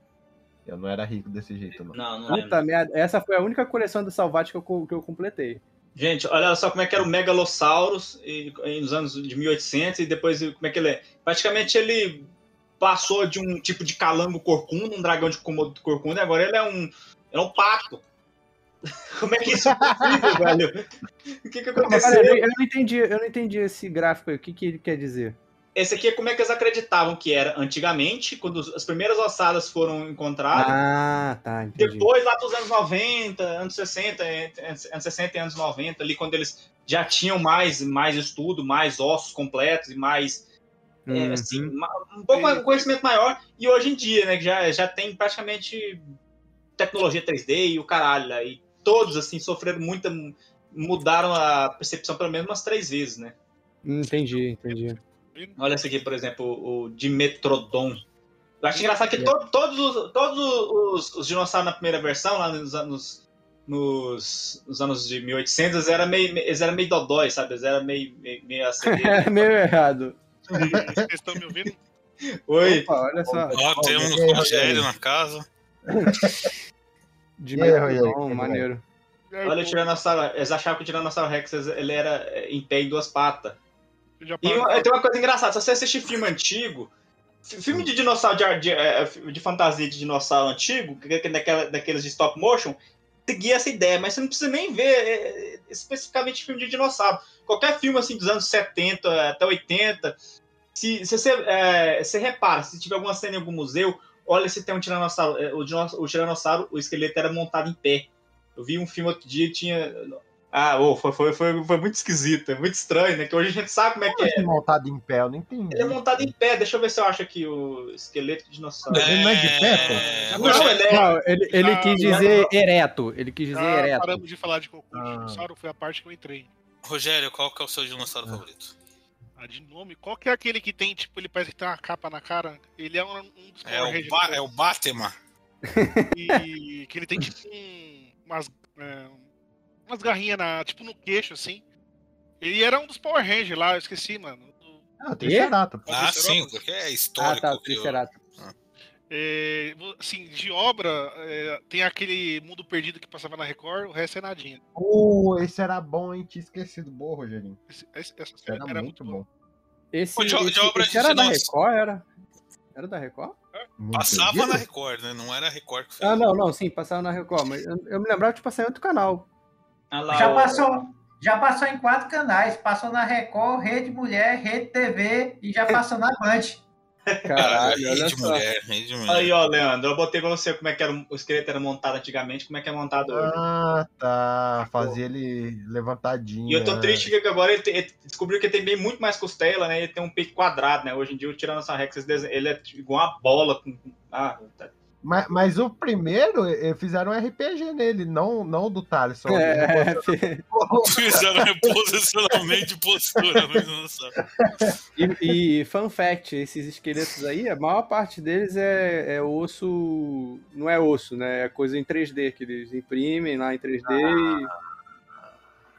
S3: Eu não era rico desse jeito, não.
S6: Não, Ah, não lembro.
S4: Puta merda. Essa foi a única coleção da Salvati que eu, co- que eu completei.
S6: Gente, olha só como é que era o Megalossauros e- e nos anos de 1800 e depois como é que ele é. Praticamente ele passou de um tipo de calango corcunda, um dragão de Komodo corcunda, e agora ele é um, ele é um pato. Como é que isso é possível, velho? O que que
S4: Mas, galera,
S6: aconteceu?
S4: eu, eu não entendi, eu não entendi esse gráfico aí. O que, que ele quer dizer?
S6: Esse aqui é como é que eles acreditavam que era antigamente, quando os- as primeiras ossadas foram encontradas.
S4: Ah, tá. Entendi.
S6: Depois, lá dos anos 90, anos 60, eh, anos 60 e anos 90, ali quando eles já tinham mais, mais estudo, mais ossos completos e mais, eh,
S4: Uhum.
S6: assim, ma- um pouco mais, um conhecimento maior. E hoje em dia, né, que já, já tem praticamente tecnologia 3D e o caralho. lá, E todos, assim, sofreram muita... mudaram a percepção pelo menos umas três vezes, né?
S4: Entendi, entendi.
S6: Olha esse aqui, por exemplo, o, o Dimetrodon. Eu acho engraçado que to- todos, os, todos os, os dinossauros na primeira versão, lá nos anos, nos, nos anos de 1800, eles eram meio, eles eram meio dodói, sabe? Eles eram meio, meio, meio assim.
S4: É meio errado.
S10: Vocês estão me ouvindo?
S6: Oi,
S4: Opa, olha só.
S2: Ó, tem um
S3: Alguém-
S2: Rogério na casa.
S4: De
S3: E aí,
S4: meio
S3: Rogério,
S4: não,
S3: que que
S4: maneiro.
S6: olha o Tiranossauro. Eles achavam que o Tiranossauro Rex ele era é, em pé em duas patas.
S10: Já
S6: E
S10: parou?
S6: uma- tem uma coisa engraçada, se você assistir filme antigo, Filme de dinossauro, de, de, é, de fantasia de dinossauro antigo, que- que- daquela- daqueles de stop motion, seguia essa ideia, mas você não precisa nem ver é, é, especificamente filme de dinossauro. Qualquer filme assim dos anos 70 até 80, se, se você, é, você repara, se tiver alguma cena em algum museu, olha se tem um tiranossauro. é, O, dinoss- o tiranossauro, o esqueleto era montado em pé. Eu vi um filme outro dia tinha. Ah, ô, foi, foi, foi, foi muito esquisito, é muito estranho, né? Que hoje a gente sabe como é que
S3: Como
S6: é.
S3: assim montado em pé, eu não entendi.
S6: Ele é montado em pé, deixa eu ver se eu acho aqui o esqueleto de dinossauro.
S3: Mas ele não é de pé, pô?
S6: Não, ele é.
S4: Não, ele, ele
S10: Ah,
S4: quis dizer ereto. Ele quis dizer
S10: Ah,
S4: ereto.
S10: paramos de falar de
S3: Ah.
S10: cocô de dinossauro, foi a parte que eu entrei.
S2: Rogério, qual que é o seu dinossauro favorito?
S10: A de nome, qual que é aquele que tem, tipo, ele parece que tem uma capa na cara? Ele é um, um dos
S2: É
S10: Power
S2: o,
S10: Rangers
S2: ba é o Batman.
S10: e que ele tem, tipo, um- umas, é, umas garrinhas na, tipo, no queixo, assim. Ele era um dos Power Rangers lá, eu esqueci, mano.
S3: Ah, Triceratops.
S2: Ah, sim, porque é histórico.
S4: Ah, tá,
S2: viu?
S4: Triceratops.
S10: É, assim, de obra, é, tem aquele Mundo Perdido que passava na Record, o resto é nadinha.
S3: Pô, esse era bom, hein? Tinha esquecido. Boa, Rogerinho.
S10: Esse- esse- essa série
S3: Era,
S10: era, muito
S3: muito bom.
S4: Esse,
S2: Pô, de- de
S4: esse-
S2: obra
S4: esse
S2: de
S4: era da
S2: dinossauro.
S4: Record, era? Era da Record?
S3: Muito
S2: Passava
S3: bom.
S2: na Record, né? Não era a Record que fez.
S4: Ah, não, não, sim, passava na Record, mas eu, eu me lembrava de passar em outro canal.
S6: Ah lá,
S8: Já
S6: o-
S8: passou, já passou em quatro canais. Passou na Record, Rede Mulher, Rede TV e já passou na Band.
S4: Caralho,
S2: rei
S4: olha
S2: de
S4: só.
S2: mulher, rei de mulher.
S6: Aí, ó, Leandro, eu botei pra você como é que era o o esqueleto era montado antigamente, como é que é montado hoje.
S3: Ah, tá. Fazia ele levantadinho.
S6: E eu tô
S3: né?
S6: triste que agora ele, tem- ele descobriu que ele tem bem muito mais costela, né? Ele tem um peito quadrado, né? Hoje em dia, o Tiranossauro Rex, esse desenho- ele é igual uma bola. Com... com- Ah, tá.
S3: Mas, mas o primeiro, eh, fizeram um RPG nele, não, não do Thales. Só
S4: É,
S2: Fizeram reposicionamento de postura no dinossauro.
S4: e, e fun fact, esses esqueletos aí, a maior parte deles é, é osso. Não é osso, né? É coisa em 3D que eles imprimem lá em 3D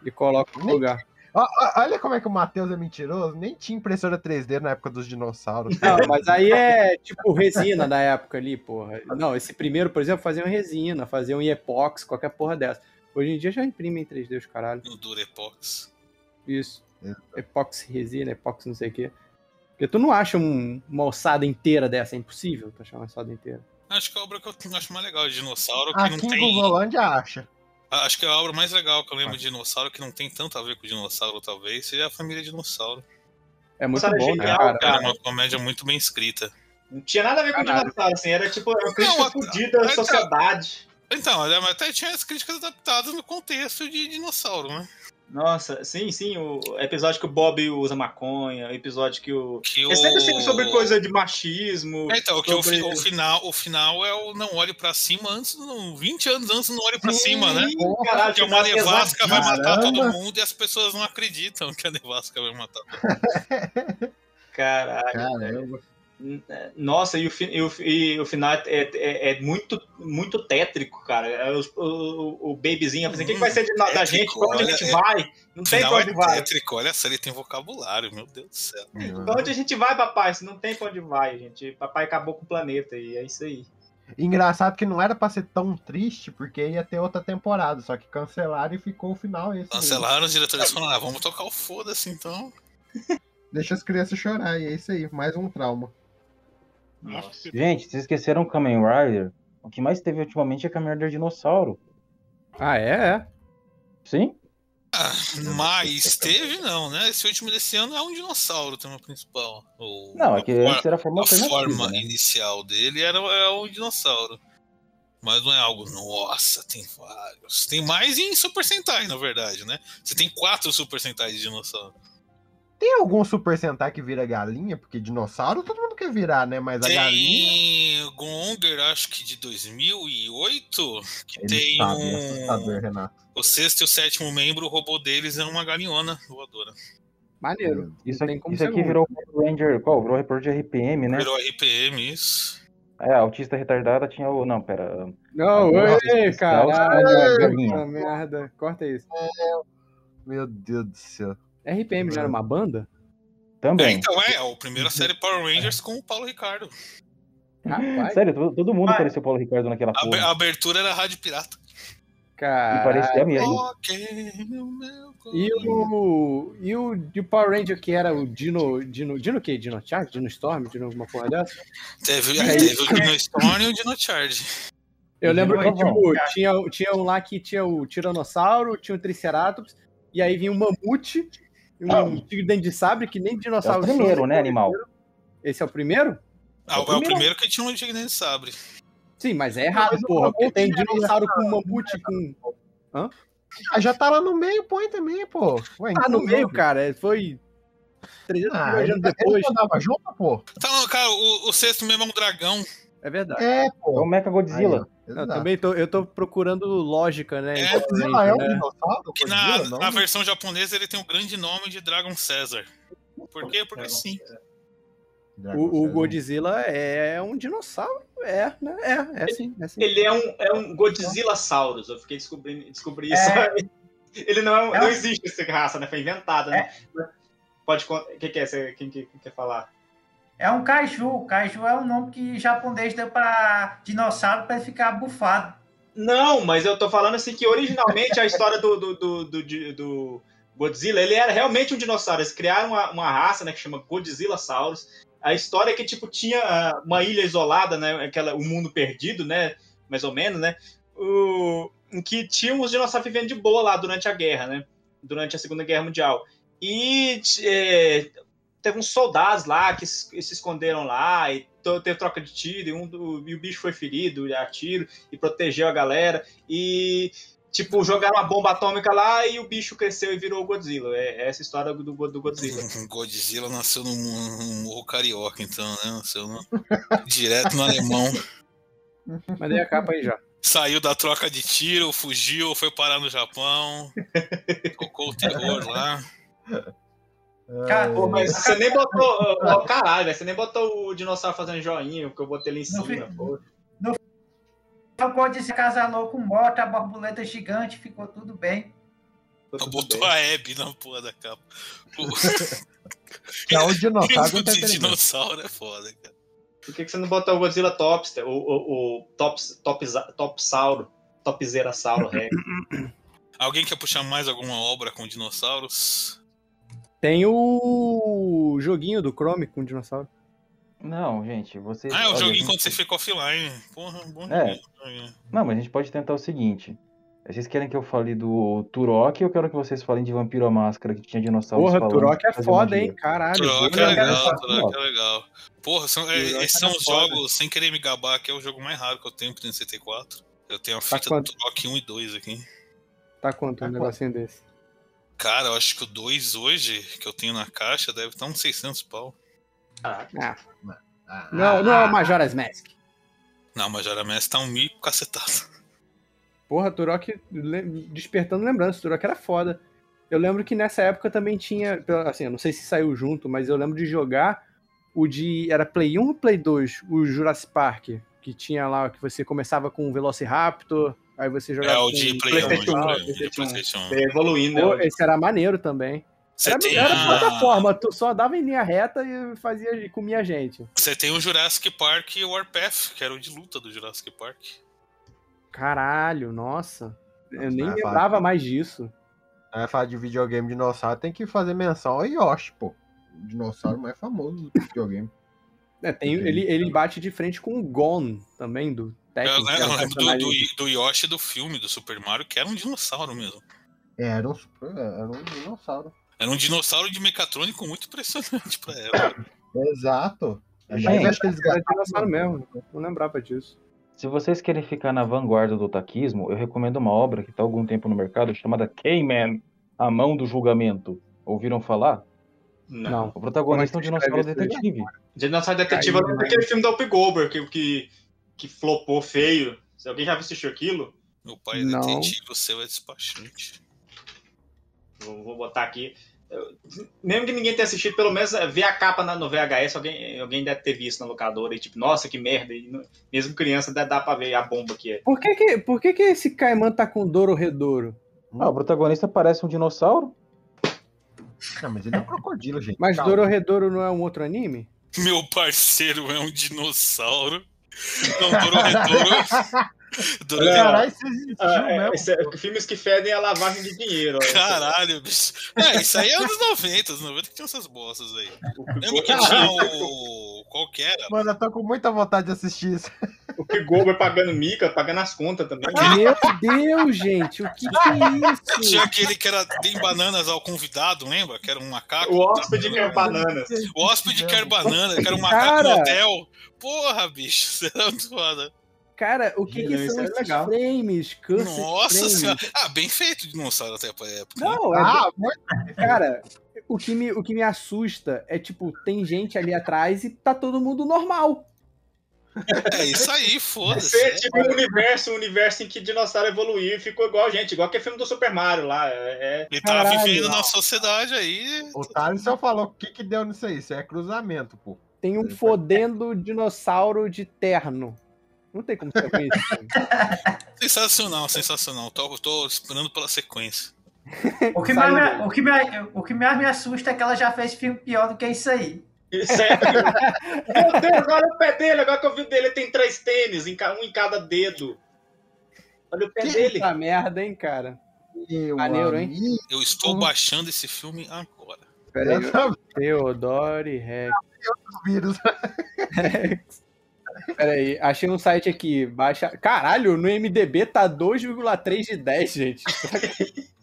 S4: e, e colocam no lugar.
S3: Ó, ó, Olha como é que o Matheus é mentiroso. Nem tinha impressora 3D na época dos dinossauros.
S4: Não, mas aí é tipo resina da época ali, porra. Não, esse primeiro, por exemplo, faziam resina, faziam em epox, qualquer porra dessa. Hoje em dia já imprimem em 3D os caralho.
S2: No Durepox.
S4: Isso.
S9: É.
S4: Epoxy resina, epoxy não sei o quê. Porque tu não acha um- uma ossada inteira dessa, é impossível tu achar uma ossada inteira.
S2: Acho que a obra que eu acho mais legal de dinossauro que não
S3: Aqui em
S2: tem. Ah,
S3: Gongolândia acha.
S2: Acho que é a obra mais legal que eu lembro de dinossauro que não tem tanto a ver com dinossauro, talvez, seja a família dinossauro.
S4: É muito
S6: Ossada
S4: bom, né,
S6: genial,
S4: cara?
S2: Era uma comédia muito bem escrita.
S6: Não tinha nada a ver com o
S4: Caralho.
S6: dinossauro, assim. Era tipo uma
S2: Não,
S6: crítica
S2: a-
S6: fodida da
S2: então-
S6: sociedade.
S2: Então, né, mas até tinha as críticas adaptadas no contexto de dinossauro, né?
S6: Nossa, sim, sim. O episódio que o Bob usa maconha, o episódio que o.
S2: Que
S6: É sempre assim,
S2: o-
S6: sobre coisa de machismo.
S2: É, então, que o, fi-
S6: sobre-
S2: o final, o final é o não olhe pra cima antes, não, 20 anos antes do não olhe pra
S6: Sim,
S2: cima, né?
S6: Caralho,
S2: Que uma
S6: final
S2: nevasca vai matar todo
S3: Caramba.
S2: mundo e as pessoas não acreditam que a nevasca vai matar.
S6: Caralho.
S3: Caramba.
S6: Nossa, e o, fi- e o, fi- e o final é, é- é muito, muito tétrico, cara. É os- O, o, o babyzinho fazendo, o que, que vai ser de, na- da gente?
S2: Hum, Tétrico,
S6: Pra onde a gente
S2: olha, é-
S6: vai?
S2: O
S6: Não tem pra
S2: final
S6: onde
S2: é
S6: vai.
S2: tétrico, né? olha só, ele tem vocabulário, meu Deus do
S3: Hum.
S2: céu.
S6: Pra onde a gente vai, papai? Se não tem pra onde vai, gente. Papai acabou com o planeta e é isso aí.
S3: Engraçado que não era pra ser tão triste, porque ia ter outra temporada. Só que cancelaram e ficou o final esse. mesmo.
S2: Cancelaram os diretores e falaram, ah, vamos tocar o foda-se então.
S3: Deixa as crianças chorar. E é isso aí. Mais um trauma.
S10: Nossa.
S9: Gente, vocês esqueceram o Kamen Rider? O que mais teve ultimamente é Kamen Rider Dinossauro.
S4: Ah, é? é.
S9: Sim?
S2: Mas teve não, né? Esse último desse ano é um dinossauro, o tema principal. O-
S9: Não, é que antes
S2: a,
S9: era a forma
S2: a forma
S9: alternativa. né?
S2: inicial dele era é um dinossauro. Mas não é algo, nossa, tem vários. Tem mais em Super Sentai, na verdade, né? Você tem quatro Super Sentai de dinossauro.
S3: Tem algum Super Sentai que vira galinha? Porque dinossauro todo mundo quer virar, né? Mas a galinha.
S2: Tem Gonger, acho que de 2008, que
S3: Ele
S2: tem
S3: sabe, é assustador,
S2: um...
S3: Renato.
S2: O sexto e o sétimo membro, o robô deles é uma galinhona voadora.
S4: Maneiro.
S9: Isso
S4: Não tem
S9: aqui,
S4: como
S9: isso
S4: ser
S9: aqui
S4: ruim.
S9: virou o Ranger. Qual? Virou o repórter de RPM, né?
S2: Virou RPM, isso.
S9: É, a autista retardada tinha o. Não, pera.
S4: Não,
S9: Nossa,
S4: ei,
S9: esse cara é o
S4: caralho.
S9: cara da galinha.
S4: puta merda. Corta isso.
S3: Meu Deus do céu.
S4: RPM já era uma banda?
S2: É,
S9: Também.
S2: então é, é a primeira série Power Rangers com o Paulo Ricardo.
S4: Rapaz.
S9: Sério, todo, todo mundo
S6: Vai.
S9: parecia o Paulo Ricardo naquela
S2: A, abe-
S9: porra.
S2: a abertura era Rádio Pirata.
S4: Cara.
S9: E parecia mesmo.
S4: E o, e o de Power Ranger que era o Dino. Dino, Dino o quê? Dino Charge? Dino Storm? Dino alguma porra dessa?
S2: Teve,
S4: Aí-
S2: teve o Dino Storm e o Dino Charge.
S4: Eu lembro que
S2: Dino
S4: tipo,
S2: Charge.
S4: tinha, tinha um lá que tinha o Tiranossauro, tinha o Triceratops, e aí vinha um mamute, e um tigre dente de sabre, que nem
S9: É o
S4: dinossauro.
S9: primeiro,
S4: são.
S9: né, animal?
S4: Esse é o primeiro?
S2: Ah, é o primeiro que tinha um Tigre de Sabre.
S4: Sim, mas é errado, porra, porque tem dinossauro com mamute com. Hã?
S3: Ah, já tá lá no meio, põe também, pô. Ué,
S4: Tá no
S3: então,
S4: meio,
S3: não.
S4: cara, tá foi 300
S3: Ah,
S4: milhões de
S3: ele,
S4: anos
S3: depois.
S4: depois.
S3: ele mandava junto, pô.
S2: Então, cara, o, o sexto mesmo é um dragão.
S4: É verdade.
S3: É,
S9: É o Mecha Godzilla.
S4: Eu também tô, eu tô procurando lógica, né? em Power
S3: Godzilla é um
S4: Ranger, né?
S3: dinossauro?
S2: Que na, na
S3: né?
S2: versão japonesa ele tem o grande nome de Dragon Caesar. Por quê? Porque sim.
S3: é Tá
S4: O,
S3: né?
S4: o Godzilla é um dinossauro, é, né? É, é sim, é sim.
S6: Ele é um, é um Godzilla Saurus. Eu fiquei descobrindo descobri isso.
S4: É.
S6: Ele não, é um-
S4: É um-
S6: não existe essa raça, né? Foi inventada, né?
S2: É.
S6: Pode contar. O que, que é? Você- Quem que quem quer falar?
S8: É um caju. Caju é um nome que japonês deu pra dinossauro pra ele ficar bufado.
S6: Não, mas eu tô falando assim que originalmente a história do, do, do, do, de- do Godzilla, ele era realmente um dinossauro. Eles criaram uma, uma raça, né, que chama Godzilla Saurus. A história é que, tipo, tinha ah, uma ilha isolada, né, aquela, o mundo perdido, né, mais ou menos, né, o, em que tinham os dinossauros vivendo de boa lá durante a guerra, né, durante a Segunda Guerra Mundial. E eh, teve uns soldados lá que se se esconderam lá e to- teve troca de tiro e, um do- e o bicho foi ferido a tiro e protegeu a galera e tipo jogaram uma bomba atômica lá e o bicho cresceu e virou o Godzilla é, é essa a história do, do Godzilla
S2: Godzilla nasceu no mu- no morro carioca, então, né? Nasceu no- direto no alemão.
S4: Mandei a capa aí já.
S2: Saiu da troca de tiro, fugiu, foi parar no Japão. Tocou o terror lá.
S3: É.
S8: Cara,
S6: Pô, mas você nem botou ó, ó, caralho velho, você nem botou o dinossauro fazendo joinha porque eu botei ele em cima pô.
S8: O Godzilla casalou com morta, a borboleta gigante, ficou tudo bem.
S2: Botou a Hebe na porra da capa. Pô.
S3: É o dinossauro
S2: Filme
S3: não tá
S2: de
S3: entendendo.
S2: dinossauro é foda, cara.
S6: por que, que você não botou o Godzilla Topster o, o, o Tops, Topsa- Topsauro Topzerasauro né? Rex
S2: Alguém quer puxar mais alguma obra com dinossauros?
S4: Tem o joguinho do Chrome com dinossauro.
S9: Não, gente, você.
S2: Ah, é o
S9: olha,
S2: joguinho
S9: gente-
S2: quando você fica offline. Porra, bom
S9: É.
S2: joguinho.
S9: Não, mas a gente pode tentar o seguinte. Vocês querem que eu fale do Turok ou eu quero que vocês falem de Vampiro à Máscara, que tinha dinossauros
S4: Porra,
S9: falando
S4: Turok
S9: que
S4: é
S9: fazia
S4: foda,
S9: magia?
S4: hein? Caralho.
S2: Turok é
S4: Porra,
S2: legal,
S4: cara.
S2: Turok é legal. Porra, são, é-
S4: Turok
S2: esses
S4: é
S2: são os
S4: foda.
S2: jogos, sem querer me gabar, que é o jogo mais raro que eu tenho pro N64. Eu tenho a fita
S4: quanto?
S2: do Turok 1 e 2 aqui.
S4: Tá quanto um negocinho desse?
S2: Cara, eu acho que o 2 hoje, que eu tenho na caixa, deve estar uns 600 pau.
S4: Ah. Não, não
S3: Ah.
S4: é o Majora's Mask.
S2: Não, mas já Mask tá um mil cacetado.
S4: Porra, Turok le- despertando lembrança, Turok era foda. Eu lembro que nessa época também tinha, pela- assim, eu não sei se saiu junto, mas eu lembro de jogar o de era Play 1 ou Play 2, o Jurassic Park, que tinha lá que você começava com o Velociraptor, aí você jogava
S2: É o
S4: com
S2: de Play 1, de Play
S4: PlayStation
S2: 1,
S4: One.
S2: de
S6: um.
S2: PlayStation 1.
S6: tá evoluindo né,
S4: Pô, esse era maneiro também.
S2: Você
S4: Era,
S2: tem um-
S4: era
S2: a-
S4: plataforma, tu só dava em linha reta e fazia e comia gente.
S2: Você tem o Jurassic Park e o Warpath, que era o de luta do Jurassic Park.
S4: Caralho, nossa. Eu nem
S3: mas é
S4: lembrava
S3: fácil.
S4: mais disso.
S3: Aí falar de videogame dinossauro, tem que fazer menção ao Yoshi, pô. O dinossauro mais famoso do videogame.
S4: É, tem, ele, ele bate de frente com o Gon também, do
S2: Eu,
S4: técnico.
S2: eu
S4: que era um
S2: lembro do,
S4: personagem-
S2: do, do Yoshi do filme do Super Mario, que era um dinossauro mesmo.
S3: Era um, super- era um dinossauro.
S2: Era um dinossauro de mecatrônico muito impressionante pra ela.
S3: Exato.
S9: Gente,
S3: acho que eles
S4: Era dinossauro mesmo, né? não lembrava disso.
S9: Se vocês querem ficar na vanguarda do taquismo, eu recomendo uma obra que está há algum tempo no mercado chamada K-Man, A Mão do Julgamento. Ouviram falar?
S4: Não.
S9: O protagonista é um
S4: Como é que
S9: dinossauro
S4: escreve isso aí?
S9: detetive.
S6: Dinossauro Detetive
S4: Caiu,
S6: é aquele filme do Up Goldberg que, que, que flopou feio. Se alguém já assistiu aquilo,
S2: Meu pai é
S4: Não.
S2: detetive, o seu é despachante.
S6: vou, vou botar aqui. Eu- mesmo que ninguém tenha assistido, pelo menos eh, ver a capa na, no VHS, alguém, alguém deve ter visto na locadora e tipo, nossa, que merda. E não- mesmo criança dá, dá pra ver a bomba que é.
S4: Por que que, por que, que esse Caiman tá com Douro Redouro?
S9: Ah, o protagonista parece um dinossauro?
S3: Não, mas ele é um crocodilo, gente.
S4: Mas
S3: Calma.
S4: Douro Redouro não é um outro anime?
S2: Meu parceiro é um dinossauro. Não, Dororedoro. Durante-
S3: Caralho, isso existiu
S6: Ah, é,
S3: mesmo.
S6: esse é- filmes que fedem a lavagem de dinheiro. ó.
S2: Caralho, bicho. É, isso aí é anos 90, anos 90 que tinha essas bostas aí. Lembra que tinha o. Qual que
S6: é
S2: era?
S3: Mano, eu tô com muita vontade de assistir isso.
S6: O que Gober pagando mica, pagando as contas também. né?
S4: Meu Deus, gente, o que, que é isso?
S2: Tinha aquele que era tem bananas ao convidado, lembra? Que era um macaco.
S6: O hóspede quer bananas.
S2: O hóspede quer banana, que era um macaco
S4: Cara!
S2: no hotel. Porra, bicho, você era muito foda.
S4: Cara, o que, que
S6: Não, isso
S4: são
S6: é
S4: esses
S6: legal.
S4: frames? Cursed
S2: Nossa
S4: frames?
S2: senhora. Ah, bem feito dinossauro até pra época. né?
S4: Não, é
S3: Ah, muito
S4: Cara, o que, me, o que me assusta é, tipo, tem gente ali atrás e tá todo mundo normal.
S2: É isso aí, foda-se.
S6: Você, tipo, um universo, um universo em que dinossauro evoluiu e ficou igual a gente, igual que é filme do Super Mario lá. É, é-
S2: Ele tava
S4: Caralho,
S2: vivendo
S4: não.
S2: na sociedade aí.
S3: O Thales só falou o que que deu nisso aí. Isso é cruzamento, pô.
S4: Tem um fodendo dinossauro de terno. Não tem como ser ruim isso. cara.
S2: Sensacional, sensacional. Tô, tô esperando pela sequência.
S8: O que, mais me, o, que me, o que mais me assusta é que ela já fez filme pior do que isso aí.
S6: isso é- Meu Deus, olha o pé dele, agora que eu vi dele, ele tem três tênis, em ca- um em cada dedo. Olha o pé dele.
S4: Puta merda, hein, cara.
S3: Meu
S4: Maneiro, hein?
S3: amigo,
S2: Eu estou
S4: Uhum.
S2: baixando esse filme agora.
S4: Pera aí. Theodore Rex.
S3: é vírus.
S4: Pera aí, achei um site aqui. Baixa. Caralho, no MDB tá 2,3 de 10, gente.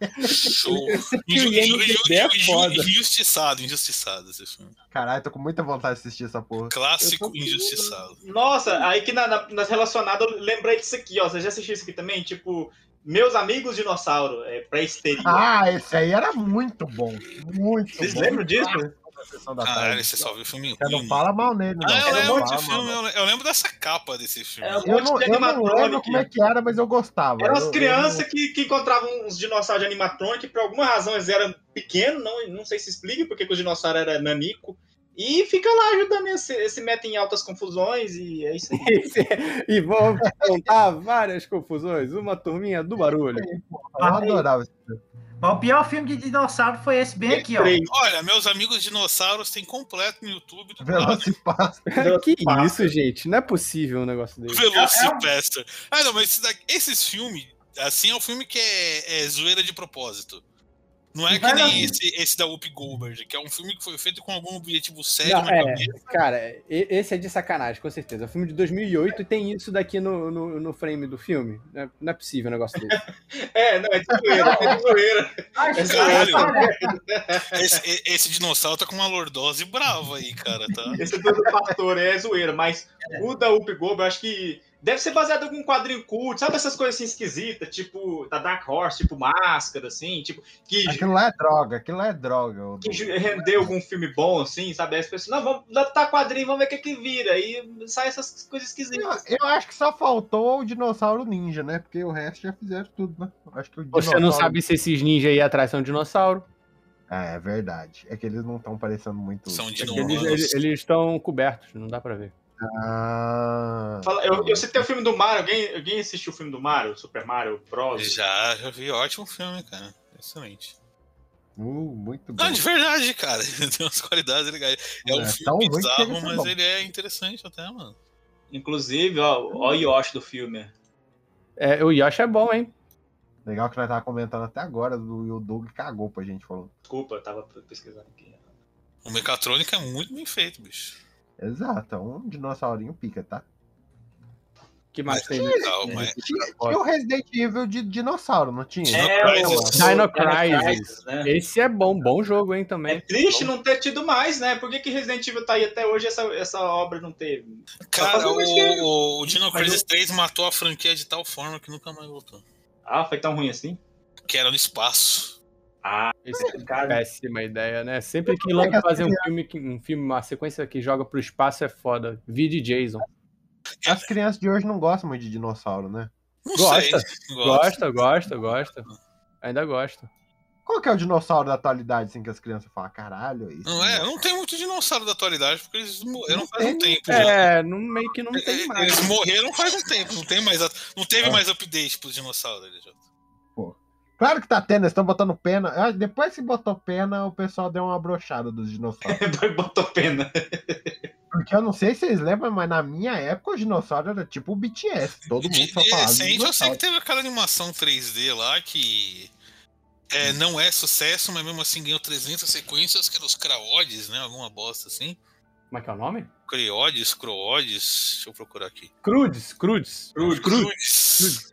S4: é
S2: Show.
S4: Esse
S2: Inju-
S4: filme
S2: inju-
S4: MDB é
S2: inju-
S4: foda.
S2: Injustiçado, injustiçado esse filme.
S3: Caralho, tô com muita vontade de assistir essa porra.
S2: Clássico injustiçado.
S6: Nossa, aí que na, na- nas relacionadas eu lembrei disso aqui, ó. Você já assistiu isso aqui também? Tipo, Meus Amigos Dinossauro, é pré-histeria.
S3: Ah, esse aí era muito bom. Muito
S6: Vocês
S3: bom.
S6: lembram disso?
S3: Na Ah, sessão da
S2: Caralho,
S3: tarde.
S2: você só viu filme
S3: Você
S2: ruim.
S3: não fala mal nele, não.
S2: Ah, eu
S3: Você não
S2: lembro
S3: fala
S2: desse
S3: mal,
S2: filme,
S3: não.
S2: eu le- eu lembro dessa capa desse filme.
S6: É um
S3: Eu
S6: monte
S3: não,
S6: de
S3: eu não lembro
S6: animatronic.
S3: como é que era, mas eu gostava.
S6: Eram
S3: Eu-
S6: as
S3: eu
S6: crianças que, que encontravam uns dinossauros de animatronic, que por alguma razão eles eram pequenos, não, não sei se explica porque que os dinossauros eram nanico. E fica lá ajudando esse, esse meta em altas confusões e é isso aí.
S4: Esse- E vamos contar várias confusões. Uma turminha do barulho.
S3: não- Eu adorava. esse filme.
S8: Mas o pior filme de dinossauro foi esse bem aqui, ó.
S6: Três.
S2: Olha, meus amigos dinossauros tem completo no YouTube do lado.
S3: Velocipasta.
S4: Que isso, gente? Não é possível um negócio desse.
S2: Velocipester. Ah, não, mas esse daqui- esses filmes, assim, é um filme que é, é zoeira de propósito. Não é que
S8: Vai lá.
S2: nem esse, esse da Whoopi Goldberg, que é um filme que foi feito com algum objetivo sério
S4: Não,
S2: na
S4: é.
S2: cabeça.
S4: Cara, e- esse é de sacanagem, com certeza. É um filme de 2008 e tem isso daqui no, no, no frame do filme. Não é, não é possível um negócio desse.
S6: É, não, é de zoeira, é de zoeira.
S8: Ai,
S6: É
S2: Caralho.
S8: olha,
S2: Esse, e- esse dinossauro tá com uma lordose brava aí, cara, tá?
S6: Esse é do pastor, é zoeira, mas o da Up Gobo, eu acho que deve ser baseado em algum quadrinho cult, sabe essas coisas assim esquisitas, tipo da Dark Horse, tipo máscara, assim, tipo, que,
S3: Aquilo lá é droga, aquilo lá é droga. ô,
S6: que
S3: Dudu.
S6: ju- rendeu algum filme bom, assim, sabe? Aí as pessoas, não, vamos adaptar quadrinho, vamos ver o que que vira, aí sai essas coisas
S3: Eu,
S6: esquisitas.
S3: eu acho que só faltou o dinossauro ninja, né? Porque o resto já fizeram tudo, né? Eu Acho que o
S4: Você não
S3: dinossauro-
S4: sabe se esses ninjas aí atrás são dinossauro.
S3: Ah, é verdade. É que eles não estão parecendo muito.
S2: São
S3: É que
S2: dinossauros.
S3: eles-
S4: Eles- Eles eles estão cobertos, não dá pra ver.
S3: Ah.
S6: Fala- Eu, eu citei o filme do Mario, alguém, alguém assistiu o filme do Mario, Super Mario Bros?
S2: Já, já vi. Ótimo filme, cara. Excelente.
S3: Uh, muito bom.
S2: Não, de verdade, cara. Tem umas qualidades legais. É um
S3: É, tão
S2: filme
S3: ruim que chega a
S2: bizarro,
S3: ser
S2: mas
S3: bom.
S2: ele é interessante até, mano.
S6: Inclusive, ó, ó o Yoshi do filme.
S4: É, o Yoshi é bom, hein?
S3: Legal que nós tava comentando até agora do e o Doug cagou pra gente falando.
S6: Desculpa, eu tava pesquisando aqui.
S2: O Mecatrônica é muito bem feito, bicho.
S3: Exato, é um dinossaurinho pica, tá?
S4: Que é mais tem?
S2: Legal,
S3: É.
S2: mas...
S3: Tinha, tinha o Resident Evil de dinossauro, não tinha?
S2: É,
S4: Dino Crisis.
S6: né?
S4: Esse é bom, bom jogo, hein,
S6: É
S4: também.
S6: triste não ter tido mais, né? Por que, que Resident Evil tá aí até hoje e essa, essa obra não teve?
S3: Tá
S6: Só
S2: Cara,
S6: fazer mais que-
S2: o, o Dino
S6: Mas
S2: Crisis 3 matou a franquia de tal forma que nunca mais voltou.
S6: Ah, foi tão ruim assim?
S2: Que era no espaço.
S6: Ah,
S4: Esse é
S6: cara.
S4: péssima ideia, né? Sempre que lança fazer um filme, que- um filme, uma sequência que joga pro espaço é foda. Vide Jason.
S3: As crianças de hoje não gostam muito de dinossauro, né?
S2: Não
S4: Gosta,
S2: sei. Gosta.
S4: Gosta, gosta, gosta. Ainda gosta.
S3: Qual que é o dinossauro da atualidade, assim, que as crianças falam, caralho, isso.
S2: Não é? Não tem muito dinossauro da atualidade, porque eles morreram faz
S3: tem,
S2: um tempo. já.
S4: É, não, meio que não tem mais.
S2: Eles morreram faz um tempo, não tem mais. a- Não
S3: Ah.
S2: teve mais update pros dinossauros, LJ.
S3: Claro que tá tendo, eles estão botando pena. Ah, Depois que botou pena, o pessoal deu uma brochada dos dinossauros.
S6: botou pena.
S3: Porque eu não sei se vocês lembram, mas na minha época o dinossauro era tipo o BTS. Todo mundo só
S2: De
S3: falava.
S2: recente, eu sei
S3: dinossauro.
S2: que teve aquela animação 3D lá que
S3: Hum.
S2: é, não é sucesso, mas mesmo assim ganhou 300 sequências, que eram os Craodes, né? Alguma bosta assim.
S4: Como é que é o nome?
S2: Criodes, Croodes, deixa eu procurar aqui.
S4: Crudes, Crudes.
S2: Crudes.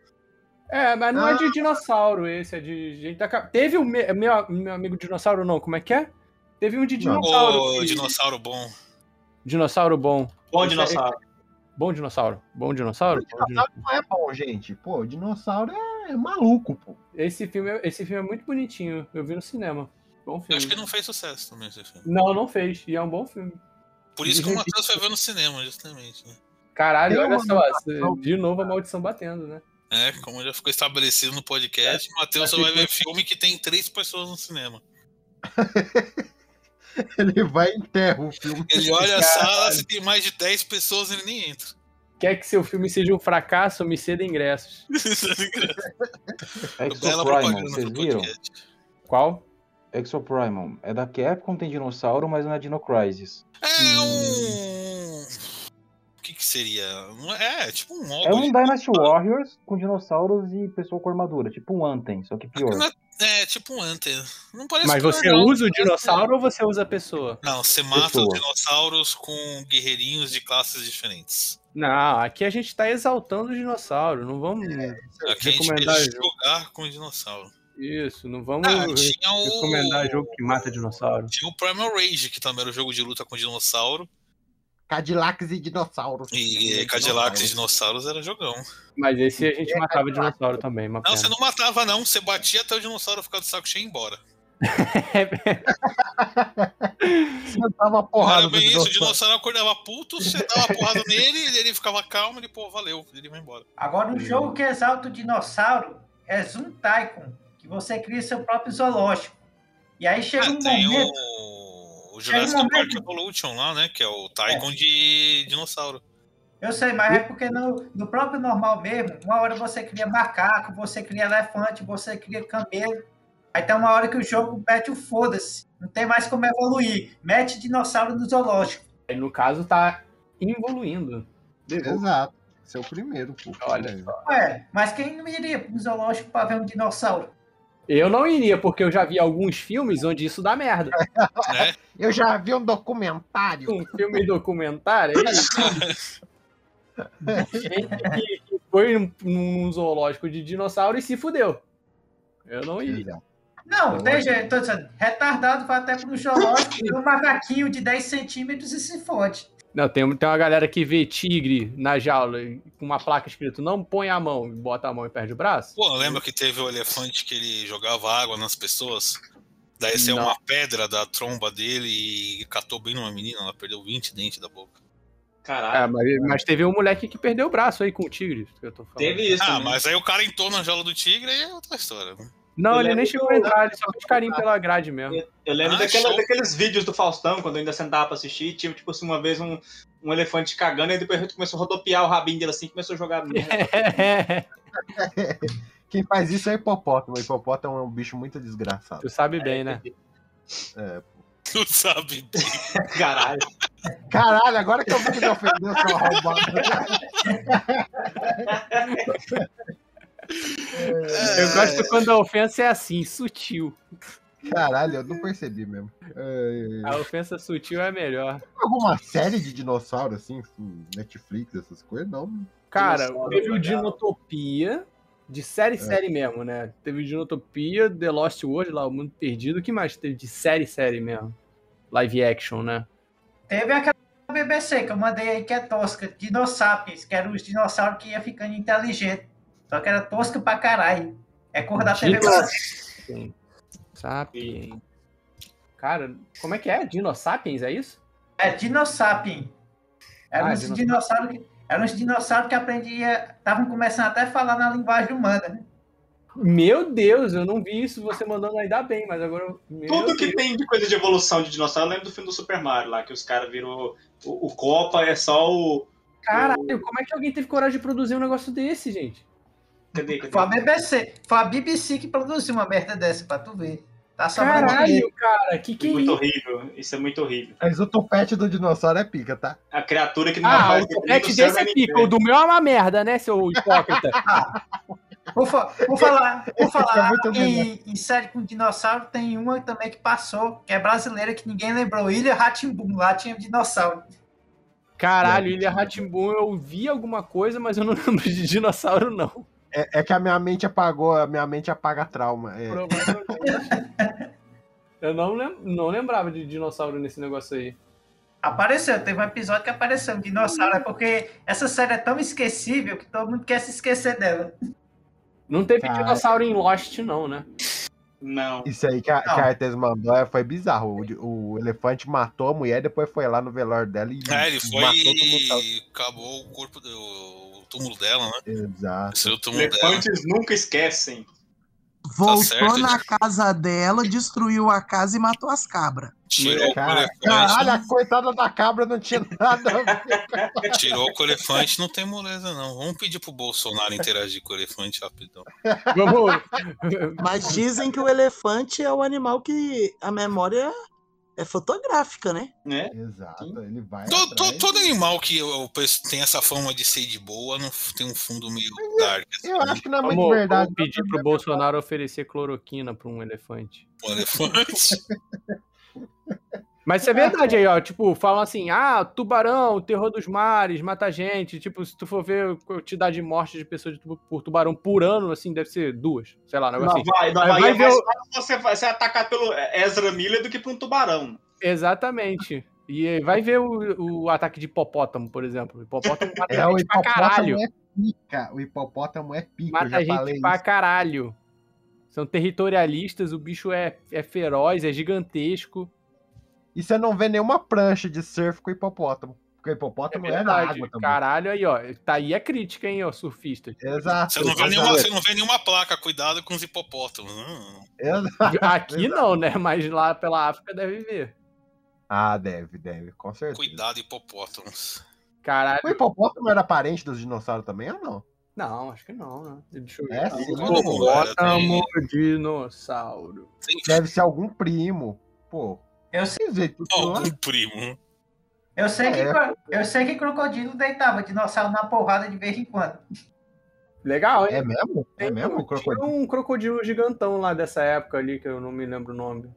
S4: É, mas não
S3: Ah.
S4: é de dinossauro esse, é de gente da capa. Teve o me- meu, meu amigo dinossauro, não, como é que é? Teve um de dinossauro.
S2: Ô,
S4: que-
S2: dinossauro bom.
S4: Dinossauro bom.
S6: Bom
S4: Esse é-
S6: dinossauro.
S4: Bom dinossauro. Bom dinossauro? Bom dinossauro.
S3: Dinossauro não é bom, gente. Pô, dinossauro é, é maluco, pô.
S4: Esse filme, é- esse filme é muito bonitinho. Eu vi no cinema. Bom
S2: Eu
S4: filme.
S2: acho que não fez sucesso também esse filme.
S4: Não, não fez. E é um bom filme.
S2: Por isso que o Matheus foi ver no cinema, justamente. Né?
S4: Caralho,
S3: Tem
S4: olha
S3: uma
S4: só. De novo a maldição batendo, né?
S2: É, como já ficou estabelecido no
S4: É.
S2: podcast, o Matheus só vai ver filme que tem três pessoas no cinema.
S3: Ele vai e enterra o filme.
S2: Ele olha a sala, se tem mais de 10 pessoas, ele nem entra.
S4: Quer que seu filme seja um fracasso, me ceda ingressos.
S2: Tá Bela
S9: Exoprimal,
S2: propaganda
S9: é vocês
S2: do
S9: viram?
S2: podcast.
S4: Qual?
S9: Exoprimal. É da Capcom, tem dinossauro, mas não é Dino Crisis.
S2: É um. O que, que seria? Não É, é tipo um
S9: É um
S2: algo.
S9: Dynasty Warriors com dinossauros e pessoa com armadura. Tipo um Anten, só que pior.
S2: É, tipo um Hunter. Não é parece
S4: Mas
S2: pior,
S4: você
S2: não.
S4: usa o dinossauro ou você usa a pessoa?
S2: Não, você mata os
S4: Tipo,
S9: Pessoa.
S2: dinossauros com guerreirinhos de classes diferentes.
S4: Não, aqui a gente tá exaltando o dinossauro. Não vamos
S2: Aqui a gente
S4: recomendar
S2: quer
S4: jogo.
S2: jogar com o dinossauro.
S4: Isso, não vamos
S2: Ah, tinha o-
S4: recomendar jogo que mata dinossauro.
S2: Tinha o Primal Rage, que também era um jogo de luta com dinossauro.
S3: Cadillacs e dinossauros.
S2: E Cadillacs e dinossauros era jogão.
S4: Mas esse a gente matava dinossauro também, uma
S2: Não,
S4: pena.
S2: você não matava, não. Você batia até o dinossauro ficar do saco cheio e ir embora.
S3: Dava porrada
S2: Era
S3: no
S2: bem isso, o
S3: dinossauro.
S2: dinossauro acordava puto, você dava uma porrada nele, ele ficava calmo, ele, pô, valeu, ele vai embora.
S8: Agora, um jogo que exalta o dinossauro é Zoom Tycoon, que você cria seu próprio zoológico. E aí chega
S2: Ah,
S8: um
S2: tem
S8: momento.
S2: o, o
S8: Chega um
S2: Jurassic Park Evolution lá, né? Que é o Tycoon de dinossauro.
S8: Eu sei, mas é porque no, no próprio normal mesmo, uma hora você cria macaco, você cria elefante, você cria camelo. Aí tem uma hora que o jogo mete o foda-se. Não tem mais como evoluir. Mete dinossauro no zoológico.
S4: Aí, No caso, tá involuindo. Devolve.
S3: Exato. Esse é o primeiro, pô.
S4: Olha só.
S8: Ué, mas quem não iria no zoológico para ver um dinossauro?
S4: Eu não iria, porque eu já vi alguns filmes onde isso dá merda.
S2: Né?
S3: Eu já vi um documentário.
S4: Um filme documentário aí, gente que foi num- num zoológico de dinossauro e se fudeu. Eu não iria.
S3: Exato.
S8: Não, tem jeito, tô dizendo, retardado vai até pro zoológico, tem um macaquinho de 10 centímetros e se fode.
S4: Não, tem, tem uma galera que vê tigre na jaula e- com uma placa escrito não põe a mão, bota a mão e perde o braço.
S2: Pô, lembra que teve o elefante que ele jogava água nas pessoas? Daí saiu
S4: Não.
S2: uma pedra da tromba dele e catou bem numa menina, ela perdeu 20 dentes da boca.
S6: Caralho.
S4: É, mas, mas teve um moleque que perdeu o braço aí com o tigre, que eu tô falando.
S6: Teve isso.
S2: Ah,
S6: né?
S2: mas aí o cara entrou na jaula do tigre e é outra história. né?
S4: Não,
S6: Eu
S4: ele
S6: lembro
S4: nem chegou a entrar, ele só fez carinho pela grade mesmo.
S6: Eu lembro
S2: Ah,
S6: daquela-
S2: show.
S6: daqueles vídeos do Faustão, quando eu ainda sentava pra assistir, tinha, tipo assim, uma vez um, um elefante cagando, e depois ele começou a rodopiar o rabinho dele assim, começou a jogar merda.
S3: Quem faz isso é hipopótamo. Hipopótamo é um bicho muito desgraçado.
S4: tu sabe bem, né?
S2: Tu sabe?
S6: Caralho.
S3: Caralho, agora que eu vi que me ofendeu, seu arrombado.
S10: É.
S6: É.
S4: Eu gosto quando a ofensa é assim, sutil.
S3: Caralho, eu não percebi mesmo. É,
S4: A ofensa sutil é melhor.
S3: alguma série de dinossauro, assim, assim, Netflix, essas coisas? Não.
S4: Cara,
S6: Dinossauro
S4: teve o
S6: legal.
S4: Dinotopia, de
S6: É.
S4: série série mesmo, né? Teve o Dinotopia, The Lost World, lá, O Mundo Perdido. O que mais teve de série série mesmo? Live action, né?
S8: Teve aquela BBC que eu mandei aí que é tosca, Dinossapiens, que eram os dinossauros que ia ficando inteligente. Só que era tosca pra caralho. É cor da TV brasileira.
S4: Dinossapiens. Sapiens. Cara, como é que é? Dinossapiens, é isso?
S8: É Dinossapien. Eram
S4: Ah,
S8: uns
S4: dinossauro.
S8: dinossauros que. Eram uns dinossauros que aprendia, estavam começando até a falar na linguagem humana, né?
S4: Meu Deus, eu não vi isso você mandando ainda bem, mas agora. eu- Meu
S6: Tudo que
S4: Deus.
S6: tem de coisa de evolução de dinossauro, eu lembro do filme do Super Mario lá, que os caras viram. O, o Copa é só o.
S4: Caralho, como é que alguém teve coragem de produzir um negócio desse, gente?
S6: Cadê? cadê?
S8: Foi a BBC, foi a BBC que produziu uma merda dessa, pra tu ver. Tá só
S4: Caralho, cara, que que é
S6: muito
S4: isso?
S6: horrível. Isso é muito horrível.
S3: Mas o topete do dinossauro é pica, tá?
S6: A criatura que não
S4: Ah,
S6: faz
S4: o topete desse é pica, o do meu é uma merda, né, seu hipócrita?
S8: Vou, fa- vou falar, vou
S3: É
S8: falar
S3: muito
S8: em, em série com dinossauro, tem uma também que passou, que é brasileira, que ninguém lembrou. Ilha Ratimbum, lá tinha dinossauro.
S4: Caralho, Ilha Ratimbun, eu vi alguma coisa, mas eu não lembro de dinossauro, não.
S3: É, é que a minha mente apagou, a minha mente apaga trauma. É.
S4: Eu não, lem- não lembrava de dinossauro nesse negócio aí.
S8: Apareceu, teve um episódio que apareceu um dinossauro, é porque essa série é tão esquecível que todo mundo quer se esquecer dela.
S4: Não teve
S3: Cara.
S4: dinossauro em Lost, não, né?
S6: Não.
S3: Isso aí que a, que
S8: Não.
S3: a Artes mandou é, foi bizarro. O, de- o elefante matou a mulher, depois foi lá no velório dela e
S2: É, ele foi
S3: matou todo mundo. tava-
S2: e acabou o corpo, do- o túmulo dela, né?
S3: Exato.
S2: Destruiu o túmulo dela.
S6: Elefantes nunca esquecem.
S5: Voltou
S2: Tá certo,
S5: na
S2: gente.
S5: casa dela, destruiu a casa e matou as cabras.
S2: Tirou com o
S3: Cara,
S2: elefante.
S3: caralho, a coitada da cabra não tinha nada a ver. cara.
S2: Tirou com o elefante, não tem moleza, não. Vamos pedir pro Bolsonaro interagir com o elefante rapidão.
S4: Vamos.
S3: Tá
S5: Mas dizem que o elefante é o animal que a memória é fotográfica, né?
S6: Né?
S3: Exato, ele vai.
S2: Todo,
S3: atrás.
S2: todo, todo animal que eu, eu penso- tem essa fama de ser de boa não f- tem um fundo meio dark. assim,
S3: Eu acho que não é muito
S4: Vamos,
S3: verdade.
S4: vamos pedir pro Bolsonaro oferecer cloroquina pra um elefante.
S2: com o elefante.
S4: Mas isso é verdade aí, ó. Tipo, falam assim: ah, tubarão, terror dos mares, mata gente. Tipo, se tu for ver a quantidade de mortes de pessoas de tu- por tubarão por ano, assim, deve ser duas. Sei lá, um negócio
S6: Não,
S4: assim.
S6: vai,
S4: Mas
S6: não, vai,
S4: vai
S6: é
S4: ver
S6: mais
S4: o-
S6: fácil você vai- ser atacado pelo Ezra Miller do que por um tubarão.
S4: assim. Exatamente. E aí vai ver o, o ataque de hipopótamo, por exemplo. O hipopótamo mata
S3: É, o
S4: gente pra caralho.
S3: hipopótamo é pica. O hipopótamo é pica, eu
S4: Mata
S3: já falei
S4: gente
S3: isso.
S4: pra caralho. São territorialistas, o bicho é, é feroz, é gigantesco.
S3: E você não vê nenhuma prancha de surf com hipopótamo. Porque o hipopótamo é, na água também.
S4: Caralho, aí, ó. Tá aí a crítica, hein, ó, surfista.
S3: Exato.
S2: Você não, vê
S3: exato.
S2: nenhuma, você não vê nenhuma placa, cuidado com os hipopótamos. Hum.
S3: Exato.
S4: Aqui não, né? Mas lá pela África deve ver.
S3: Ah, deve, deve, com certeza.
S2: Cuidado, hipopótamos.
S3: O
S4: Caralho.
S3: hipopótamo era parente dos dinossauros também ou não?
S4: Não, acho que não, né? Deixa eu ver.
S3: É, sim.
S2: Todo mundo era, tem-
S4: Amor dinossauro.
S2: tem-
S3: Deve ser algum primo. Pô,
S8: Eu sei,
S3: tem jeito de
S2: Não,
S3: falar.
S2: um primo.
S8: eu sei, que,
S3: É.
S8: cro- eu sei que crocodilo deitava dinossauro na porrada de vez em quando.
S4: Legal, hein?
S3: É mesmo? É mesmo? o
S4: Tinha
S3: Crocodilo.
S4: um crocodilo gigantão lá dessa época ali, que eu não me lembro o nome.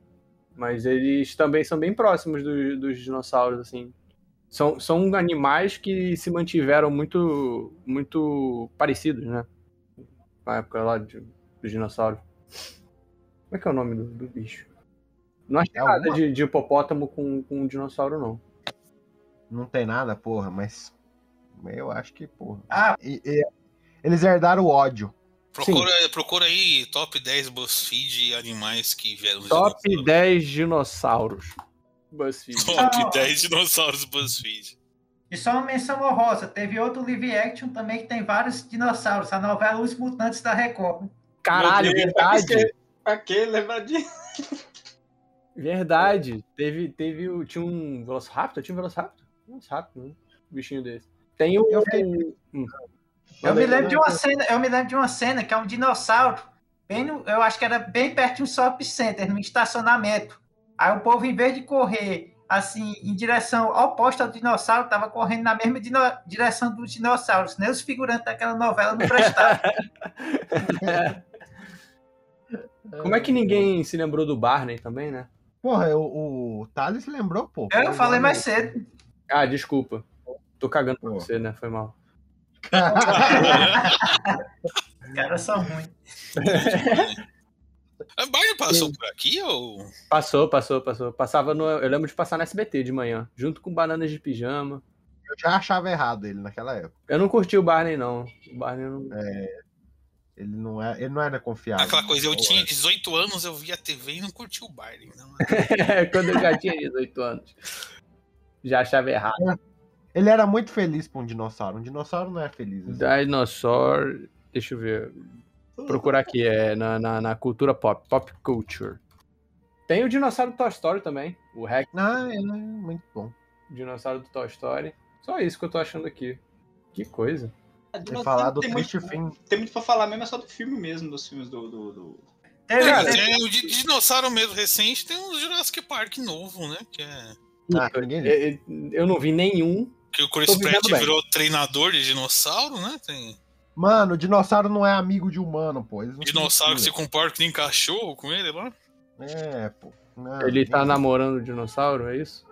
S4: Mas eles também são bem próximos do- dos dinossauros, assim. São, são animais que se mantiveram muito, muito parecidos, né? Na época lá de, dos dinossauros. Como é que é o nome do, do bicho? Não acho
S3: É
S4: nada
S3: alguma-
S4: de, de hipopótamo com, com um dinossauro, não.
S3: Não tem nada, porra, mas. Eu acho que, porra.
S8: Ah.
S3: E- e- eles herdaram o ódio.
S2: Procura, procura aí top 10 BuzzFeed animais que vieram de
S4: Top
S2: dinossauro.
S4: 10 dinossauros. BuzzFeed.
S2: Top 10 dinossauros BuzzFeed.
S8: E só uma menção honrosa, teve outro live action também que tem vários dinossauros, a novela Os Mutantes da Record.
S4: Caralho,
S6: Meu Deus,
S4: verdade.
S6: pra que- Pra que lembrar disso?
S4: Verdade. Teve, teve o. Tinha um Velociraptor? Tinha um Velociraptor? Velociraptor, né? Um bichinho desse. Tem o.
S3: Eu
S4: Hum.
S8: Eu me lembro de uma
S4: Não,
S8: cena, eu me lembro de uma cena que é um dinossauro, bem no- eu acho que era bem perto de um shopping center, num estacionamento. Aí o povo, em vez de correr assim em direção oposta ao dinossauro, estava correndo na mesma dino- direção dos dinossauros. Nem os figurantes daquela novela não prestaram.
S4: Como é que ninguém se lembrou do Barney também, né?
S3: Porra, o, o Thales lembrou, pô.
S8: Eu falei mais cedo.
S4: Ah, desculpa. Tô cagando pra
S3: Pô.
S4: você, né? Foi mal.
S8: Os caras são ruins.
S2: A Barney É passou por aqui ou.
S4: Passou, passou, passou. Passava no. Eu lembro de passar na SBT de manhã, junto com bananas de pijama.
S3: Eu já achava errado ele naquela época.
S4: Eu não curti o Barney, não. O Barney eu não.
S3: Ele não, é, ele não era
S4: Ah,
S3: confiável.
S2: Aquela coisa, eu
S3: Ou
S2: tinha
S3: era?
S2: 18 anos, eu vi a TV e não curti o Barney. Não.
S4: Quando eu já tinha 18 anos. Já achava errado.
S3: Ele era muito feliz pra um dinossauro. Um dinossauro não é feliz. assim.
S4: Dinosaur. Deixa eu ver. Procurar aqui, é na, na, na cultura pop, pop culture. Tem o dinossauro do Toy Story também. O hack
S3: Ah, ele é muito bom.
S4: dinossauro do Toy Story. Só isso que eu tô achando aqui. Que coisa.
S3: Ele falar do triste fim.
S6: Tem muito pra falar mesmo, é só do filme mesmo, dos filmes do. do, do-
S8: Teve-
S2: Cara,
S8: teve-
S2: é, o de dinossauro mesmo recente tem um Jurassic Park novo, né? Que, é-
S3: ah,
S4: É, é, eu não vi nenhum.
S2: que o Chris
S4: Tô vivendo
S2: Pratt
S4: bem.
S2: virou treinador de dinossauro, né? Tem
S3: Mano, o dinossauro não é amigo de humano, pô. Eles não se
S2: dinossauro que se
S3: misturam.
S2: comporta que nem cachorro com ele lá.
S3: É, pô. Não,
S4: Ele tá namorando o dinossauro, é isso?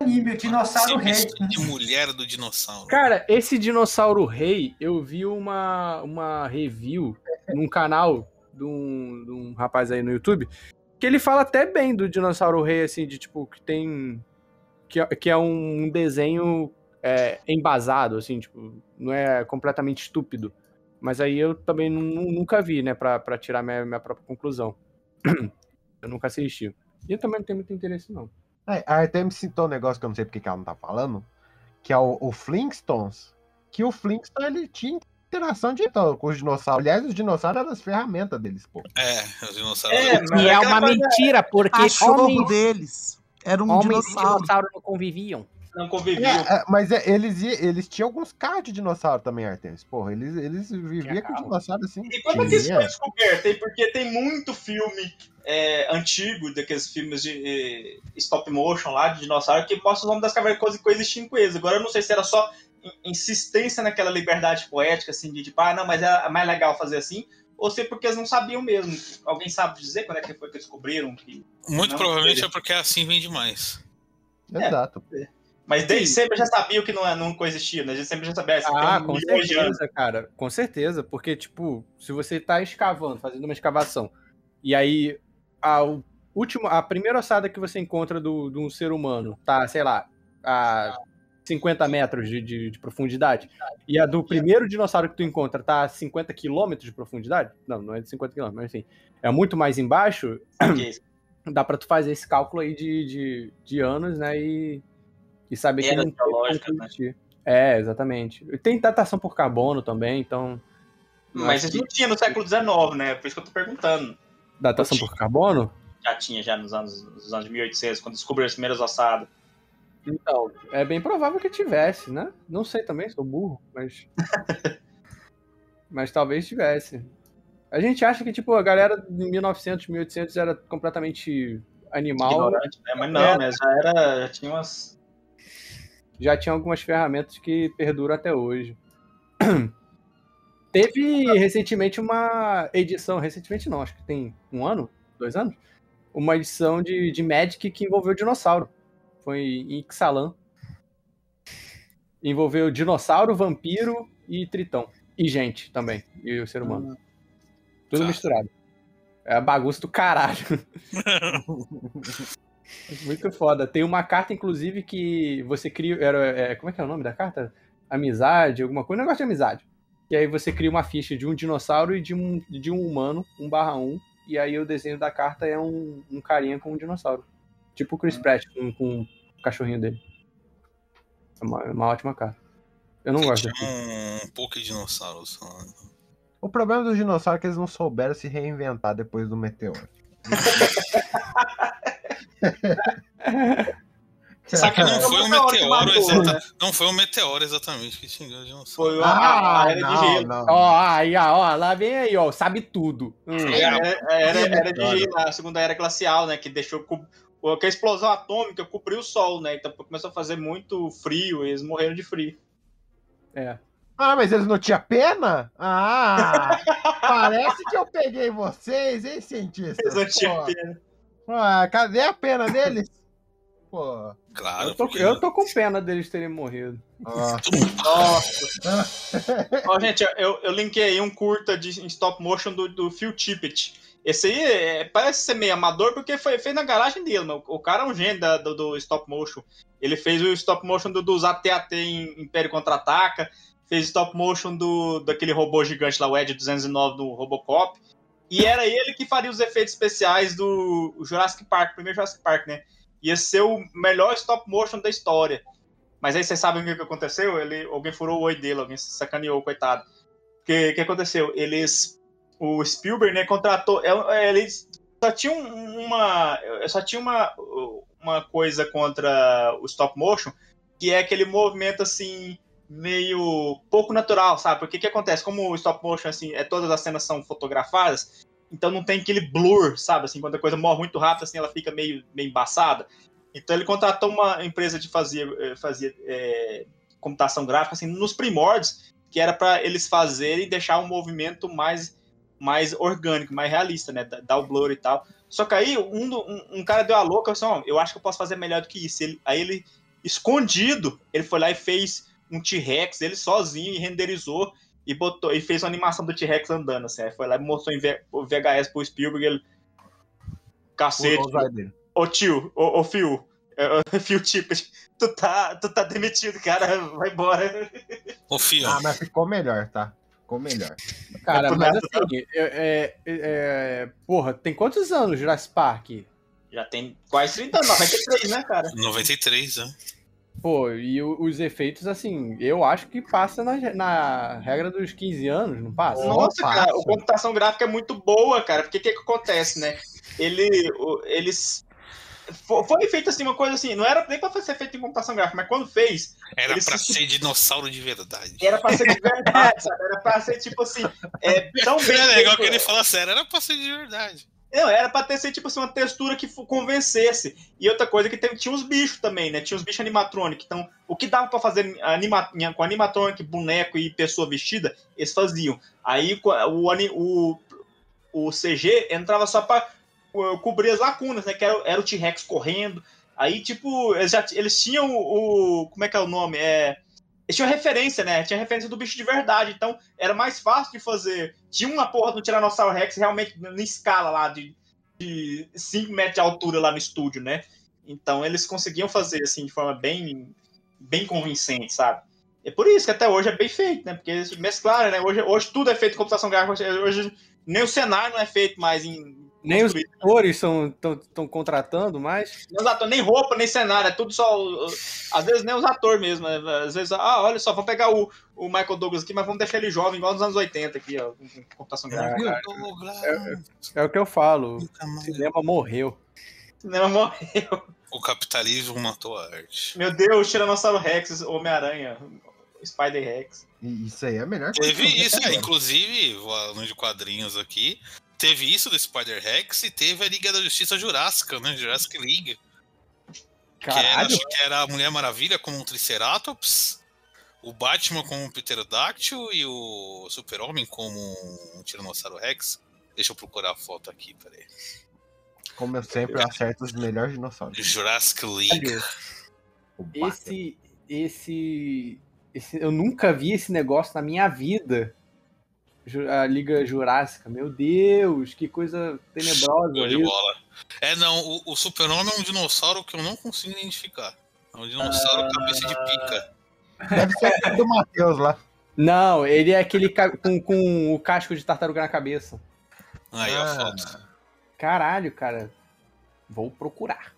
S8: anime, o dinossauro
S2: Sempre
S8: rei.
S2: de mulher do dinossauro.
S4: Cara, esse dinossauro rei, eu vi uma, uma review num canal de um, de um rapaz aí no YouTube, que ele fala até bem do dinossauro rei, assim, de tipo, que tem. que, é- que é um desenho é, embasado, assim, tipo, não é completamente estúpido. Mas aí eu também nu- nunca vi, né, pra, pra tirar minha, minha própria conclusão. Eu nunca assisti. E eu também não tenho muito interesse, não.
S3: É, a Artemis citou um negócio que eu não sei porque que ela não tá falando, que é o, o Flintstones. Que o Flintstone ele tinha interação digital com os dinossauros. Aliás, os dinossauros eram as ferramentas deles, pô.
S2: É, os dinossauros.
S7: E é uma mentira, porque
S5: Cachorro
S7: homens,
S5: um deles. Era um
S7: homens e
S5: dinossauro.
S7: dinossauros não conviviam.
S6: Não conviviam.
S3: É, é, mas é, eles, i- eles tinham alguns cards de dinossauro também, Artemis. Porra, eles, eles viviam com dinossauro assim.
S6: E como é que isso
S3: tinha.
S6: foi descoberto, hein? Porque tem muito filme é, antigo, daqueles filmes de eh, stop motion lá, de dinossauro, que mostra o nome das cavernas coisa- coexistindo com eles. Agora eu não sei se era só in- insistência naquela liberdade poética, assim, de tipo, ah, não, mas é mais legal fazer assim, ou se porque eles não sabiam mesmo. Alguém sabe dizer quando é que foi que descobriram? que-
S2: Muito
S6: Não,
S2: provavelmente
S6: ele-
S2: é porque assim vende mais.
S6: É.
S3: Exato.
S6: Mas desde sempre já sabia que não, é- não coexistia, né? A gente sempre já sabia. Assim,
S4: Ah,
S6: tem
S4: com
S6: milhões de anos.
S4: certeza, cara. Com certeza, porque, tipo, se você tá escavando, fazendo uma escavação, e aí a u- última, a primeira ossada que você encontra do- de um ser humano tá, sei lá, a 50 metros de, de- de profundidade, e a do primeiro dinossauro que tu encontra tá a 50 quilômetros de profundidade, não, não é de 50 quilômetros, mas enfim, é muito mais embaixo,
S6: Porque
S4: dá pra tu fazer esse cálculo aí de, de, de anos, né, e, e saber que
S6: Era
S4: não tem como
S6: geológica, né?
S4: existir. É, exatamente. Tem datação por carbono também, então... eu
S6: Mas
S4: acho
S6: isso
S4: que
S6: não tinha no século XIX, né? Por isso que eu tô perguntando.
S4: Datação por carbono?
S6: já tinha já nos anos, nos anos 1800, quando descobriram as primeiras ossadas.
S4: Então, é bem provável que tivesse, né? Não sei também, sou burro, mas... mas talvez tivesse. A gente acha que, tipo, a galera de 1900, 1800 era completamente animal,
S6: Ignorante, né? Mas não,
S4: É.
S6: né? Já era, já tinha umas...
S4: já tinha algumas ferramentas que perduram até hoje. Teve recentemente uma edição, recentemente não, acho que tem um ano, dois anos, uma edição de, de Magic que envolveu dinossauro. Foi em Ixalan. Envolveu dinossauro, vampiro e tritão. E gente também, e o ser humano. Tudo
S2: Tá.
S4: misturado. É a bagunça do caralho. Muito foda. Tem uma carta, inclusive, que você cria. Era, é, como é que é o nome da carta? Amizade, alguma coisa. Um negócio de amizade. E aí você cria uma ficha de um dinossauro e de um, de um humano, 1 barra 1. E aí o desenho da carta é um, um carinha com um dinossauro. Tipo o Chris Pratt com, com o cachorrinho dele. É uma, é uma ótima carta. Eu não gosto desse.
S2: Um pouco de dinossauro só. né?
S3: O problema dos dinossauros é que eles não souberam se reinventar depois do meteoro.
S6: Você sabe
S2: Que não foi um meteoro,
S6: matou,
S2: exata-
S6: né?
S2: não foi um meteoro exatamente que xingou o dinossauro.
S6: Foi a, a-
S3: Ah,
S6: a era de
S3: não,
S6: gelo.
S3: não.
S4: Ó, aí, ó, ó, lá vem aí, ó, sabe tudo. Hum.
S6: A era, a era, a era de gelo, a segunda era glacial, né? Que deixou... co- o- Que a explosão atômica cobriu o sol, né? Então começou a fazer muito frio e eles morreram de frio.
S4: É.
S3: Ah, mas eles não tinham pena? Ah! parece que eu peguei vocês, hein, cientistas?
S6: Eles não tinham
S3: Pô,
S6: pena.
S3: ah, cadê a pena deles? Pô.
S2: Claro.
S4: Eu tô,
S2: Ah, porque-
S4: eu tô com pena deles terem morrido.
S3: Ah,
S6: Nossa. Ó, gente, eu, eu linkei aí um curta de em stop motion do, do Phil Tippett. Esse aí é- parece ser meio amador porque foi feito na garagem dele, mas o, o cara é um gênio da- do, do stop motion. Ele fez o stop motion do, dos AT-AT em Império Contra-Ataca, fez stop motion do, daquele robô gigante lá, o Ed 209 do Robocop. E era ele que faria os efeitos especiais do Jurassic Park, primeiro Jurassic Park, né? Ia ser o melhor stop motion da história. Mas aí vocês sabem o que que aconteceu? Ele, alguém furou o oi dele, alguém se sacaneou, coitado. O que, que aconteceu? Eles. O Spielberg, né, contratou. é- é, Eles só tinham uma. Só tinha uma, uma coisa contra o stop motion, que é aquele movimento assim. Meio pouco natural, sabe? Porque o que acontece? Como o stop motion, assim, é, todas as cenas são fotografadas, Então não tem aquele blur, sabe? Assim, quando a coisa morre muito rápido, assim, ela fica meio, meio embaçada. Então ele contratou uma empresa de fazer, eh, fazer eh, computação gráfica, assim, nos primórdios, que era para eles fazerem e deixar um movimento mais, mais orgânico, mais realista, né? Da- Dar o blur e tal. Só que aí um, do- um, um cara deu a louca, assim, ó, eu acho que eu posso fazer melhor do que isso. Ele- aí ele, escondido, ele foi lá e fez um T-Rex, ele sozinho, e renderizou e botou e fez uma animação do T-Rex andando, assim. Aí foi lá e mostrou em V- o VHS pro Spielberg, ele. Cacete.
S3: Pô, vai dele.
S6: Ô tio, ô, ô Phil, é, ô, Phil Tippett, tu tá, tu tá demitido, cara, vai embora.
S2: Confia.
S3: Ah, mas ficou melhor, tá? Ficou melhor.
S4: Cara,
S6: Por
S4: mas
S6: nada,
S4: assim, é, é- é- porra, tem quantos anos Jurassic Park?
S6: Já tem quase 30 anos, 93, né, cara?
S2: 93, né?
S4: Pô, e o- os efeitos, assim, eu acho que passa na, na regra dos 15 anos, não passa?
S6: Nossa,
S4: Não
S6: cara,
S4: passa.
S6: a computação gráfica é muito boa, cara, porque o que, que acontece, né? Ele, o- eles. fo- Foi feito assim, uma coisa assim, não era nem pra ser feito em computação gráfica, mas quando fez,
S2: Era
S6: Eles
S2: pra
S6: se-
S2: ser dinossauro de verdade.
S6: era pra ser de verdade, sabe? Era pra ser tipo assim, é, tão bem.
S2: é legal
S6: feito,
S2: que ele fala sério, era pra ser de verdade.
S6: Não, era pra ter ser, tipo assim, uma textura que fu- convencesse. E outra coisa é que teve, tinha uns bichos também, né? Tinha uns bichos animatronic. Então, o que dava pra fazer anima, com animatronic, boneco e pessoa vestida, eles faziam. Aí co- o, ani- o, o CG entrava só pra co- cobrir as lacunas, né? Que era, era o T-Rex correndo. Aí, tipo, eles, já, t- eles tinham o, o- Como é que é o nome? É. Eles tinham referência, né? Tinha referência do bicho de verdade. Então, era mais fácil de fazer. Tinha uma porra do Tiranossauro Rex realmente na escala lá de de 5 metros de altura lá no estúdio, né? Então eles conseguiam fazer assim de forma bem, bem convincente, sabe? É por isso que até hoje é bem feito, né? Porque eles mesclaram, né? Hoje, hoje tudo é feito em computação gráfica, hoje nem o cenário não é feito mais em.
S4: Nem os
S6: construído.
S4: atores estão contratando mais.
S6: Nem os atores, nem roupa, nem cenário, é tudo só. o- o- Às vezes nem os atores mesmo. né? Às vezes, ah, olha só, vamos pegar o, o Michael Douglas aqui, mas vamos deixar ele jovem, igual nos anos 80 aqui, ó, com com computação gráfica.
S4: cara. É o que eu falo. O cinema morreu.
S6: Não, amor.
S2: O capitalismo matou a arte.
S6: Meu Deus, Tiranossauro Rex, Homem-Aranha, Spider-Rex.
S3: E isso aí é a melhor
S2: Teve
S3: que eu vi
S2: isso,
S3: até
S2: é,
S3: agora.
S2: inclusive, falando de quadrinhos aqui, teve isso do Spider-Rex e teve a Liga da Justiça Jurássica, né? Jurassic League. Que era,
S4: Caralho.
S2: acho que era a Mulher Maravilha com o Triceratops, o Batman com o Pterodáctil e o Super-Homem como um Tiranossauro Rex. Deixa eu procurar a foto aqui, peraí.
S3: Como eu sempre eu acerto os melhores dinossauros.
S2: Jurassic League.
S3: O Batman.
S4: Esse, esse, esse. Eu nunca vi esse negócio na minha vida. Ju- A Liga Jurássica. Meu Deus, que coisa tenebrosa.
S2: Show de
S4: isso.
S2: bola. É, não, o, o Super-Homem é um dinossauro que eu não consigo identificar. É um dinossauro cabeça de pica.
S3: Deve ser aquele do Matheus lá.
S4: Não, ele é aquele ca- com, com o casco de tartaruga na cabeça.
S2: Aí
S3: Ah.
S2: a foto.
S4: Caralho, cara. Vou procurar.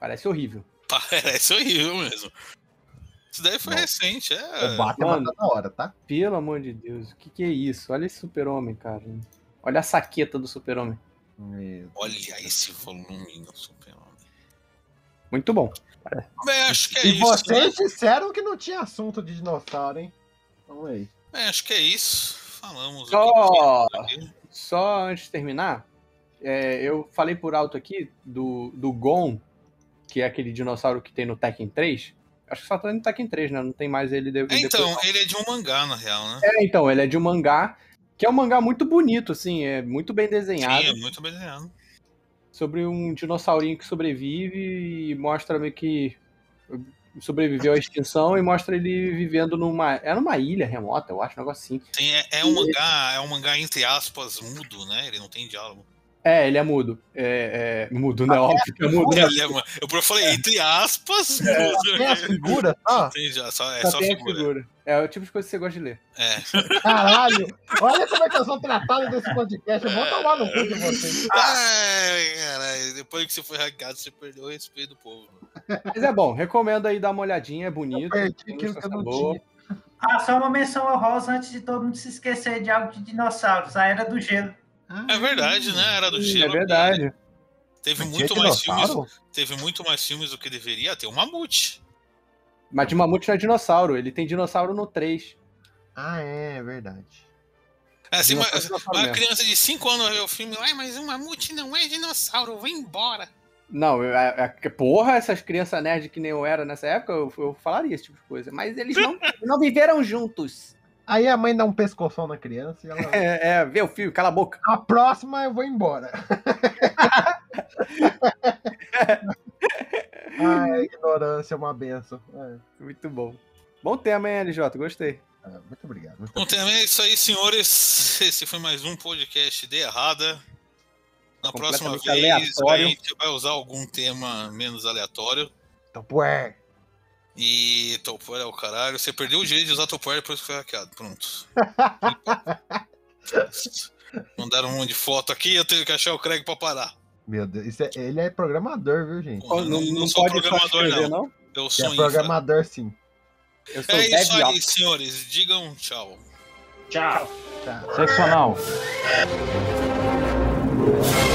S4: Parece horrível.
S2: Parece horrível mesmo. Isso daí foi recente, é.
S3: O Batman
S4: Mano.
S3: tá na hora, tá?
S4: Pelo amor de Deus, o que, que é isso? Olha esse super-homem, cara. Olha a saqueta do super-homem.
S3: Meu-
S2: Olha esse volume no Super-Homem.
S4: Muito bom.
S2: Bem, acho que é
S3: E
S2: isso.
S3: vocês
S2: né?
S3: disseram que não tinha assunto de dinossauro, hein? Vamos aí.
S2: É, acho que é isso. Falamos
S4: Só-
S2: aqui.
S4: Só antes de terminar, é, eu falei por alto aqui do, do Gon, que é aquele dinossauro que tem no Tekken 3. Acho que só tá no Tekken 3, né? Não tem mais ele. De,
S2: É, então,
S4: depois.
S2: ele é de um mangá, na real, né?
S4: É, então, ele é de um mangá, que é um mangá muito bonito, assim, é muito bem desenhado.
S2: Sim, é muito bem desenhado.
S4: sobre um dinossaurinho que sobrevive e mostra meio que sobreviveu à extinção e mostra ele vivendo numa. Era numa ilha remota, eu acho, um negócio assim.
S2: Sim, é, é um mangá, é um mangá, entre aspas, mudo, né? Ele não tem diálogo.
S4: É, ele é mudo. É, é, mudo, né? Óbvio que é mudo. né?
S2: Ah, Ele é uma- eu falei, entre aspas, mudo. né?
S3: Tem as figuras, ó.
S2: Tem já, É. só, é
S4: Só
S2: só
S4: tem a
S2: figura.
S4: figura. É o tipo de coisa que você gosta de ler.
S2: É.
S3: Caralho. Olha como é que eu sou tratado desse podcast. Eu vou tomar no cu de vocês.
S2: Ai, caralho, depois que você foi hackeado, você perdeu o respeito do povo. mano.
S4: Mas é bom, recomendo aí dar uma olhadinha, é bonito.
S3: Eu perdi
S4: tem
S3: aquilo que eu não
S4: ilustração boa.
S3: tinha.
S8: Ah, só uma menção honrosa antes de todo mundo se esquecer de algo de dinossauros, a Era do Gelo.
S2: É verdade, né? Era do
S4: É
S2: Sheila.
S4: verdade.
S2: Teve
S3: Mas
S2: muito
S3: tinha
S2: mais filmes.
S3: dinossauro?
S2: Teve muito mais filmes do que deveria ter. O Mamute.
S4: Mas de mamute não é dinossauro, ele tem dinossauro no 3.
S3: Ah, é, é verdade.
S2: É assim, uma,
S4: Dinossauro
S2: uma
S4: mesmo.
S2: criança de 5 anos vai ver o filme, ai, mas um mamute não é dinossauro, vai embora.
S4: Não, eu- a- a- porra, essas crianças nerd que nem eu era nessa época, eu, eu falaria esse tipo de coisa. Mas eles não, não viveram juntos.
S3: Aí a mãe dá um pescoção na criança e ela.
S4: É, é, vê o filho, cala a boca.
S3: A próxima eu vou embora. Ai, a ignorância é uma benção. É.
S4: Muito bom. Bom tema, hein, LJ? Gostei.
S3: muito obrigado.
S2: Bom, também é isso aí, senhores. Esse foi mais um podcast de errada. Na próxima
S4: Completamente
S2: vez,
S4: aleatório.
S2: a gente vai usar algum tema menos aleatório.
S3: Então, Tupperware.
S2: E Topware é o caralho. Você perdeu o direito de usar Topware depois que foi hackeado. Pronto. Mandaram um monte de foto aqui, eu tenho que achar o Craig pra parar.
S3: Meu Deus, isso é- ele é programador, viu, gente?
S2: Eu não, não sou programador, não. Eu sou
S3: É
S2: infra.
S3: programador, sim. Eu
S2: É isso aí, senhores. Digam tchau.
S6: Tchau.
S3: Tchau.
S9: Seccional.
S2: Tchau.